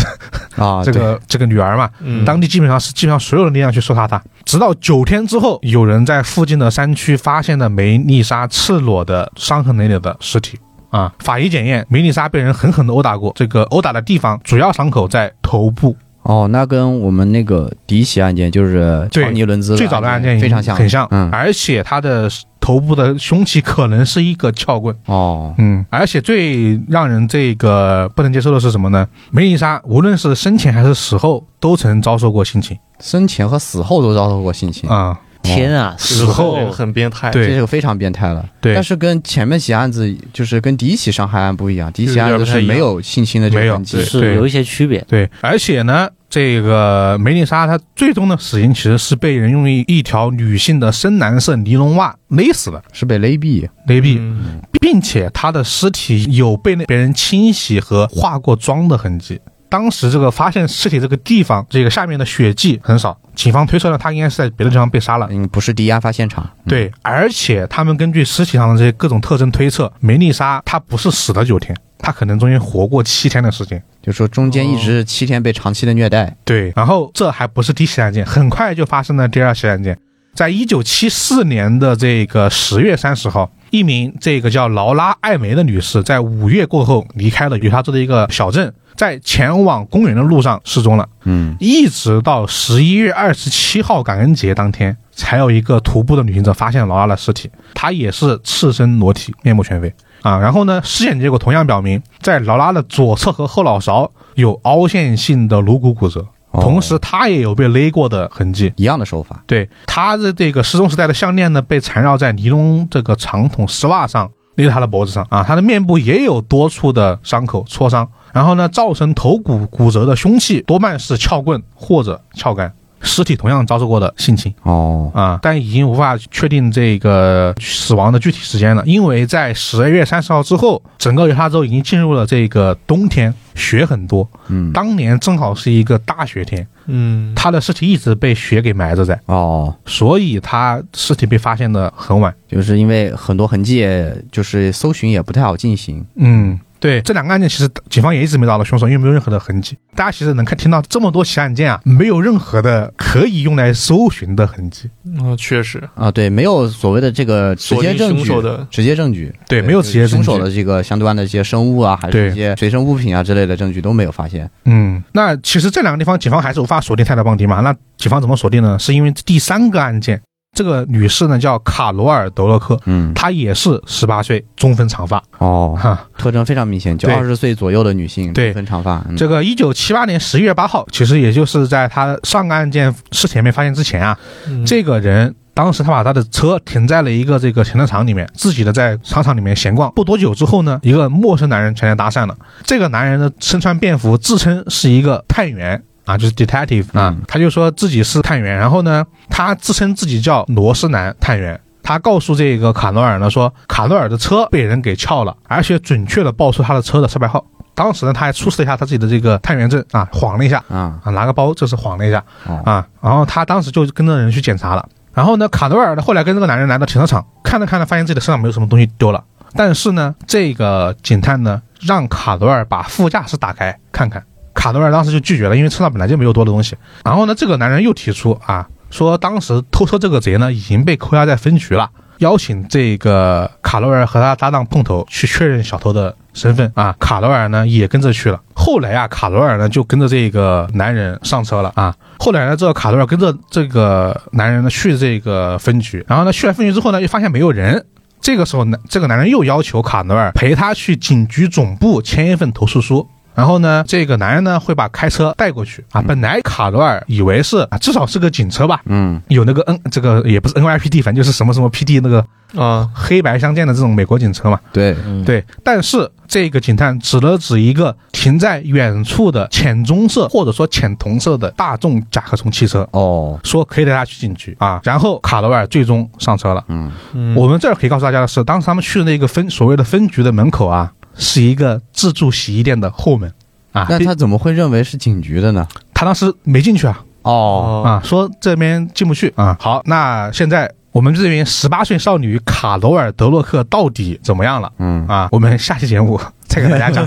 啊，
这个、这个女儿嘛，
嗯，
当地基本上是基本上所有的力量去搜查他，直到九天之后，有人在附近的山区发现了梅丽莎赤裸的、伤痕累累的尸体。啊，法医检验，梅丽莎被人狠狠的殴打过，这个殴打的地方主要伤口在头部，
哦，那跟我们那个迪奇案件，就是
对
乔尼伦兹
最早的案件
件非常像，
很像，哎
嗯，
而且他的头部的凶器可能是一个撬棍，
哦，
嗯，而且最让人这个不能接受的是什么呢？梅丽莎无论是生前还是死后，都曾遭受过性侵
生前和死后都遭受过性侵，
啊，
天啊，
死
死
后
后
很变态，
这
对
个非常变态了。
对
但是跟前面几案子，就是跟第一起伤害案不一样，第一起案子是没有性侵的这
没
个
有
痕迹
对，
是有一些区别。
对，而且呢，这个梅丽莎她最终的死因其实是被人用一一条女性的深蓝色尼龙袜勒死的，
是被勒毙。
勒毙，
嗯，
并且她的尸体有被那别人清洗和化过妆的痕迹。当时这个发现尸体这个地方，这个下面的血迹很少，警方推测呢，她应该是在别的地方被杀了。
嗯，不是第一案发现场。嗯，
对，而且他们根据尸体上的这些各种特征推测，梅丽莎她不是死了九天，她可能中间活过七天的时间。
就说中间一
哦
直七天被长期的虐待。
对，然后这还不是第一起案件，很快就发生了第二起案件。在一九七四年的这个十月三十号，一名这个叫劳拉·艾梅的女士，在五月过后离开了犹他州的一个小镇，在前往公园的路上失踪了，
嗯，
一直到十一月二十七号感恩节当天，才有一个徒步的旅行者发现劳拉的尸体，她也是赤身裸体，面目全非啊。然后呢，尸检结果同样表明，在劳拉的左侧和后脑勺有凹陷性的颅骨骨折。
哦
同时他也有被勒过的痕迹。
一样的手法。
对，他的这个失踪时代的项链呢，被缠绕在尼龙这个长筒丝袜上，勒在他的脖子上啊。他的面部也有多处的伤口挫伤。然后呢，造成头骨骨折的凶器多半是撬棍或者撬杆。尸体同样遭受过的性侵
哦，
啊，但已经无法确定这个死亡的具体时间了，因为在十月三十号之后，整个犹他州已经进入了这个冬天，雪很多。
嗯，
当年正好是一个大雪天，
嗯，
他的尸体一直被雪给埋着在，
哦，
所以他尸体被发现的很晚。
就是因为很多痕迹，就是搜寻也不太好进行。
嗯，对，这两个案件其实警方也一直没找到凶手，因为没有任何的痕迹。大家其实能看听到这么多起案件啊，没有任何的可以用来搜寻的痕迹。
啊，确实，
啊，对，没有所谓的这个直
锁
接
定
证
凶
据，
手的
直接证据，
对，没有直接证
凶
据
手的这个相关的一些生物啊，还
对
是一些随身物品啊之类的证据都没有发现。
嗯，那其实这两个地方警方还是无法锁定泰德邦迪嘛？那警方怎么锁定呢？是因为第三个案件，这个女士呢叫卡罗尔·德洛克，
嗯，
她也是十八岁，中分长发，
哦，
哈。
特征非常明显，就
对
二十岁左右的女性，
对
分长发，嗯
这个一九七八年十一月八号，其实也就是在他上个案件尸体没发现之前啊，
嗯
这个人当时他把他的车停在了一个这个停车场里面，自己的在商场里面闲逛。不多久之后呢，一个陌生男人前来搭讪了。这个男人呢，身穿便服，自称是一个探员啊，就是 detective 啊
嗯，
他就说自己是探员，然后呢，他自称自己叫罗斯南探员。他告诉这个卡诺尔呢，说卡诺尔的车被人给撬了，而且准确的报出他的车的车牌号。当时呢，他还出示了一下他自己的这个探员证啊，晃了一下，
啊，
啊，拿个包，这是晃了一下
哦
啊。然后他当时就跟着人去检查了。然后呢，卡罗尔呢后来跟这个男人来到停车场，看了看了，发现自己的身上没有什么东西丢了。但是呢，这个警探呢让卡罗尔把副驾驶打开看看。卡罗尔当时就拒绝了，因为车上本来就没有多的东西。然后呢，这个男人又提出啊，说当时偷车这个贼呢已经被扣押在分局了，邀请这个卡罗尔和他搭档碰头去确认小偷的身份啊。卡罗尔呢也跟着去了。后来啊，卡罗尔呢就跟着这个男人上车了啊。后来呢，这个卡罗尔跟着这个男人呢去这个分局，然后呢去完分局之后呢，又发现没有人。这个时候呢，这个男人又要求卡罗尔陪他去警局总部签一份投诉书。然后呢，这个男人呢会把开车带过去啊。本来卡罗尔以为是啊，至少是个警车吧，
嗯，
有那个 N 这个也不是 NYPD，反正就是什么什么 PD 那个
啊，
黑白相间的这种美国警车嘛。
对，
嗯，
对，但是这个警探指了指一个停在远处的浅棕色或者说浅铜色的大众甲壳虫汽车，
哦，
说可以带他去警局啊。然后卡罗尔最终上车了。
嗯，
嗯
我们这儿可以告诉大家的是，当时他们去的那个分所谓的分局的门口啊，是一个自助洗衣店的后门啊。
那他怎么会认为是警局的呢？
他当时没进去啊，
哦，
哦
啊，说这边进不去啊。好，那现在我们这名十八岁少女卡罗尔·德洛克到底怎么样了？
嗯，
啊，我们下期节目 再给大家讲，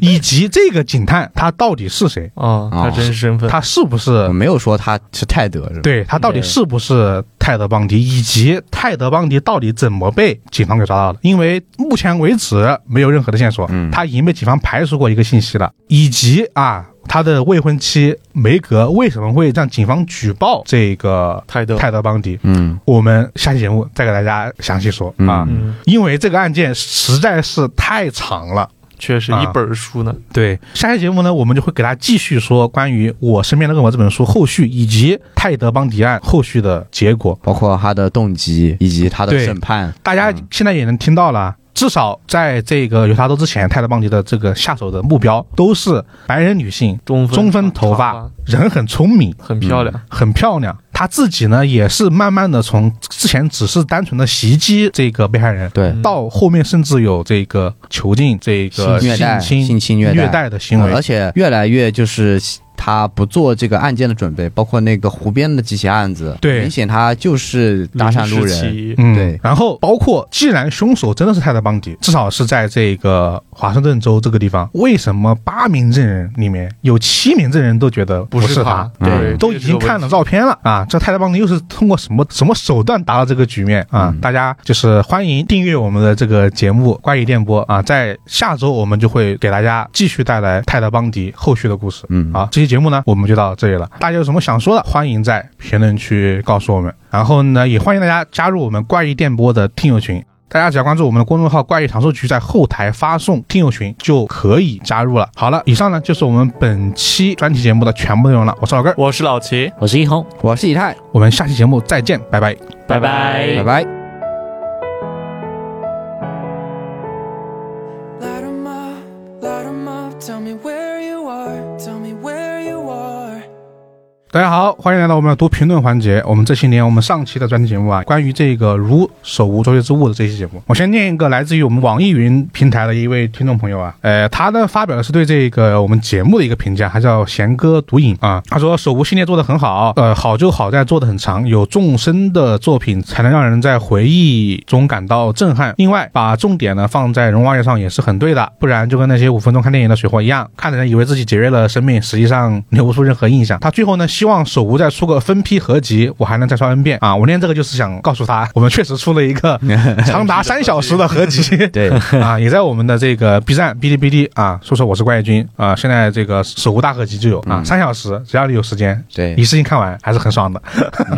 以及这个警探他到底是谁，
啊，他真实身份，
他是不
我
是
哦没有说他是泰德是吧？，
对他到底是不是泰德·邦迪，以及泰德·邦迪到底怎么被警方给抓到的？因为目前为止没有任何的线索，
嗯
他已经被警方排除过一个信息了，以及啊。他的未婚妻梅格为什么会让警方举报这个
泰德，
泰德·邦迪？
嗯，
我们下期节目再给大家详细说啊，
嗯
嗯，
因为这个案件实在是太长了。
确实
啊
一本书呢，
对，下期节目呢，我们就会给大家继续说关于我身边的恶魔这本书后续以及泰德邦迪案后续的结果。
包括他的动机以及他的
对
审判，
大家现在也能听到了，至少在这个犹他州之前，泰德邦迪的这个下手的目标都是白人女性，
中分啊
中分头发嗯
发
人很聪明，
很漂亮，
很漂亮。她自己呢，也是慢慢的从之前只是单纯的袭击这个被害人，
对，
到后面甚至有这个囚禁、这个
性虐待
侵、
性侵
虐
虐待啊
的行为
而。且越来越就是他不做这个案件的准备，包括那个湖边的几起案子，
对
明显他就是搭讪路人，
人
嗯，
对
然后包括，既然凶手真的是泰德邦迪，至少是在这个华盛顿州这个地方，为什么八名证人里面有七名证人都觉得
不
是
他，
嗯
对，
都已经看了照片了啊！这泰德邦迪又是通过什么什么手段达到这个局面啊？
嗯
大家就是欢迎订阅我们的这个节目《怪异电波》啊，在下周我们就会给大家继续带来泰德邦迪后续的故事。
嗯，
好，这期节目呢，我们就到这里了。大家有什么想说的，欢迎在评论区告诉我们。然后呢，也欢迎大家加入我们怪异电波的听友群。大家只要关注我们的公众号“怪异常数局”，在后台发送“听友群”就可以加入了。好了，以上呢就是我们本期专题节目的全部内容了。我是老根儿，
我是老齐，
我是一红，
我是以太，
我们下期节目再见，拜拜。
拜
拜
拜
拜。拜。
Light 'em up, light 'em up, tell me where you are, tell me where you are.
大家好，欢迎来到我们的读评论环节。我们这些年，我们上期的专题节目啊，关于这个如手无捉阙之物的这期节目，我先念一个来自于我们网易云平台的一位听众朋友啊，呃，他呢发表的是对这个我们节目的一个评价，他叫贤哥毒瘾啊，他说手无系列做的很好，呃，好就好在做的很长，有纵深的作品才能让人在回忆中感到震撼。另外，把重点呢放在荣华夜上也是很对的，不然就跟那些五分钟看电影的水货一样，看的人以为自己节约了生命，实际上留不出任何印象。他最后呢，希望手无再出个分批合集， 我还能再刷 N 遍啊！我念这个就是想告诉他，我们确实出了一个长达三小时的合集。
对，
啊，也在我们的这个 B 站、哔哩哔哩啊，搜索我是怪异君啊，现在这个手无大合集就有啊，三小时，只要你有时间，
对
一次性看完还是很爽的。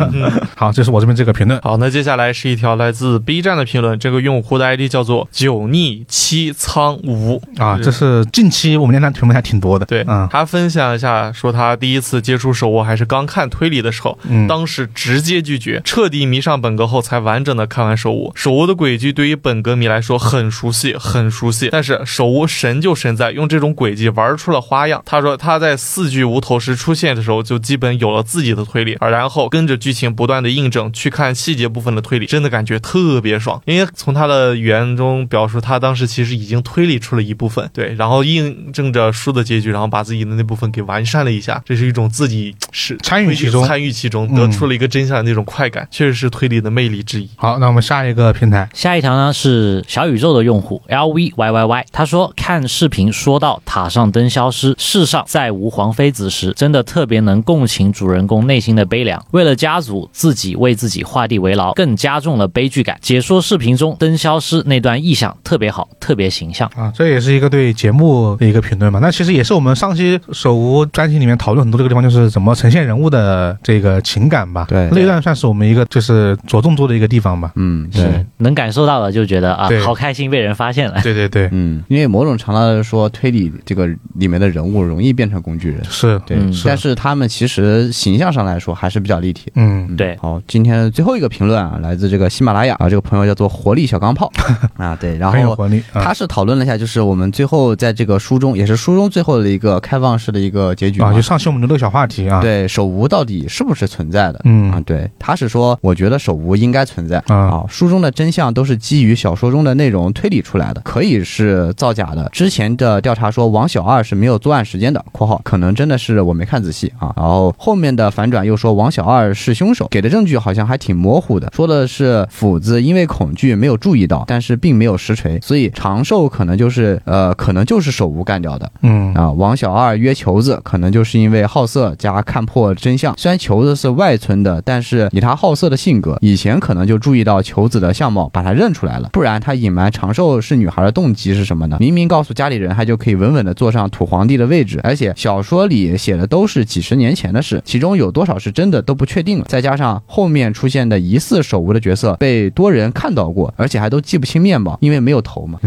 好，这是我这边这个评论。
好，那接下来是一条来自 B 站的评论，这个用户的 ID 叫做九逆七苍梧
啊，
对
这是近期我们练坛评论还挺多的。
嗯对，
嗯，
他分享一下说他第一次接触手握还还是刚看推理的时候，
嗯，
当时直接拒绝，彻底迷上本格后才完整的看完《手屋》。《手屋》的轨迹对于本格迷来说很熟悉，很熟悉。但是《手屋》神就神在用这种轨迹玩出了花样。他说他在四句无头时出现的时候，就基本有了自己的推理，而然后跟着剧情不断的印证，去看细节部分的推理，真的感觉特别爽。因为从他的语言中表述，他当时其实已经推理出了一部分，对，然后印证着书的结局，然后把自己的那部分给完善了一下，这是一种自己是
参与其中嗯
参与其中，得出了一个真相的那种快感，确实是推理的魅力之一。
好，那我们下一个平台，
下一条呢是小宇宙的用户 L V Y Y Y，他说看视频说到塔上灯消失，世上再无皇妃子时，真的特别能共情主人公内心的悲凉。为了家族，自己为自己画地为牢，更加重了悲剧感。解说视频中灯消失那段意象特别好，特别形象。
啊，这也是一个对节目的一个评论嘛。那其实也是我们上期手无专题里面讨论很多这个地方，就是怎么呈现人物的这个情感吧。
对
那一段算是我们一个就是着重做的一个地方吧。
嗯，对，
能感受到的就觉得啊
对，
好开心被人发现了。
对对对，
嗯，因为某种程度来说，推理这个里面的人物容易变成工具人，
是，
对，
嗯
是
但是他们其实形象上来说还是比较立体的。
嗯，
对，
好，今天的最后一个评论啊，来自这个喜马拉雅啊，这个朋友叫做活力小钢炮啊，对，然
很有
后
活力。啊
他是讨论了一下，就是我们最后在这个书中，也是书中最后的一个开放式的一个结局嘛
啊，就上期我们的那个小话题啊，，
对手无到底是不是存在的？
嗯
啊，对，他是说，我觉得手无应该存在
啊
啊。书中的真相都是基于小说中的内容推理出来的，可以是造假的。之前的调查说王小二是没有作案时间的（括号可能真的是我没看仔细啊），然后后面的反转又说王小二是凶手，给的证据好像还挺模糊的，说的是斧子因为恐惧没有注意到，但是并没有实锤，所以长寿可能就是呃，可能就是手无干掉的。
嗯，
啊，王小二约球子，可能就是因为好色加看破真相。虽然球子是外村的，但是以他好色的性格，以前可能就注意到球子的相貌，把他认出来了。不然他隐瞒长寿是女孩的动机是什么呢？明明告诉家里人，他就可以稳稳的坐上土皇帝的位置。而且小说里写的都是几十年前的事，其中有多少是真的都不确定了。再加上后面出现的疑似手无的角色被多人看到过，而且还都记不清面貌，因为没有头嘛。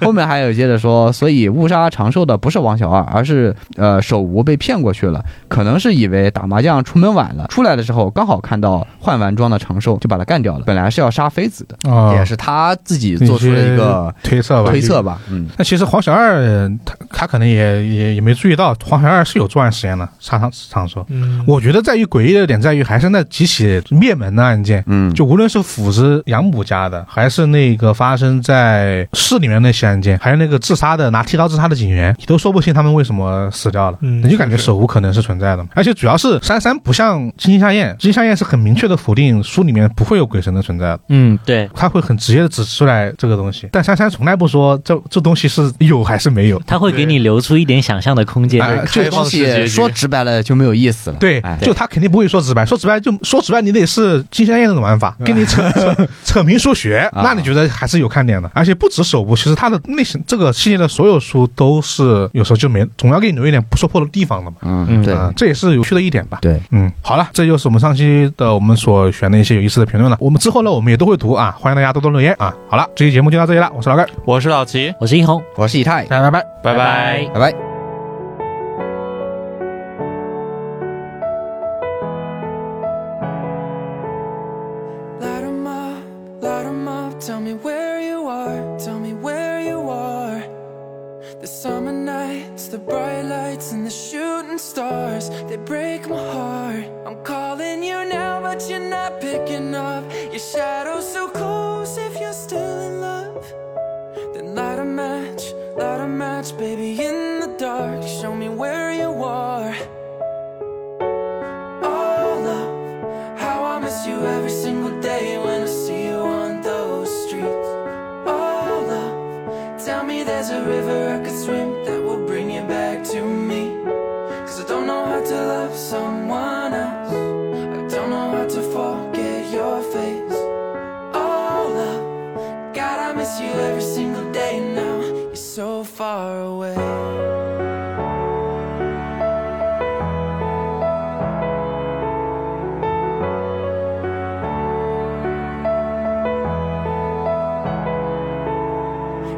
后面还有接着说，所以误杀长寿的不是王小二，而是呃手无被骗过去了，可能是以为打麻将出门晚了，出来的时候刚好看到换完装的长寿，就把他干掉了。本来是要杀妃子的，
啊
也是他自己做出了一个
推测吧，
推测。吧，嗯。
那其实黄小二呃他他可能也也也没注意到，黄小二是有作案时间的，上上上说。
嗯
我觉得在于诡异的点在于还是那几起灭门的案件，
嗯，
就无论是斧子养母家的，还是那个发生在市里面那些案件，还有那个自杀的拿剃刀自杀的警员，你都说不清他们为什么死掉了。
嗯
你就感觉
是
手无可能是存在的嘛。而且主要是珊珊不像金夏燕，金夏燕是很明确的否定书里面不会有鬼神的存在的。
嗯，对，
他会很直接的指出来这个东西，但珊珊从来不说这这东西是有还是没有。
他会给你留出一点想象的空间。
哎
这
开放
东
式结
西
局
说直白了就没有意思了。
对
哎，
就他肯定不会说直白，说直白就说直白，你得是金山燕那种玩法，给你 扯扯扯明数学，
啊
那你觉得还是有看点的。而且不止首部，其实他的类型这个系列的所有书都是有时候就没，总要给你留一点不说破的地方的嘛。
嗯，对
啊，这也是有趣的一点吧。
对，
嗯，好了，这就是我们上期的我们所选的一些有意思的评论了。我们之后呢，我们也都会读啊，欢迎大家多多留言啊。好了，这期节目就到这里了，我是老盖儿，
我是老齐，
我是殷红，
我是以太，
大家拜拜。
拜拜。
拜拜。
Light 'em up, light 'em up, tell me where you are, tell me where you are. The summer nights, the bright lights, and the shooting stars, they break my heart. I'm calling you now, but you're not picking up. Your shadow's so close if you're still in love. Then light a match, light a match, baby, in the dark. Show me where you are. Oh, love. How I miss you every single day when I see you on those streets. Oh, love, tell me there's a river I could swim that will bring you back to me. Cause I don't know how to love someone else. I don't know how to forget your face. Oh, love, God, I miss you every single day now. You're so far away.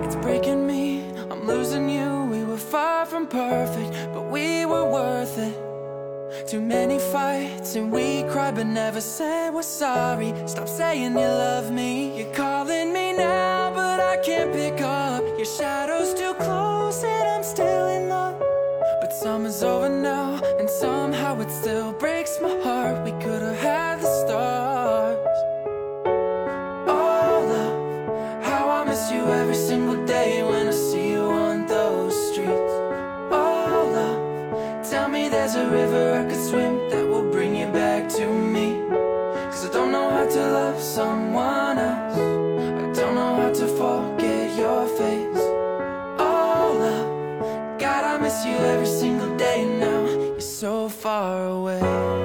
It's breaking me, I'm losing you. We were far from perfect, but we were worth it. To Too many fights and we cried but never said we're sorry. Stop saying you love me. You're calling me now, but I can't pick up. Your shadow's too close and I'm still in love. But summer's over now, and somehow it still breaks my heart. We could have had the stars. Oh, love, how I miss you every single day when I see you on those streets. Oh, love, tell me there's a river I could swim that will bring you back to me. Cause I don't know how to love someone else, I don't know how to forget your face. Oh, love. God, I miss you every single day now. You're so far away. Oh, Oh, Oh,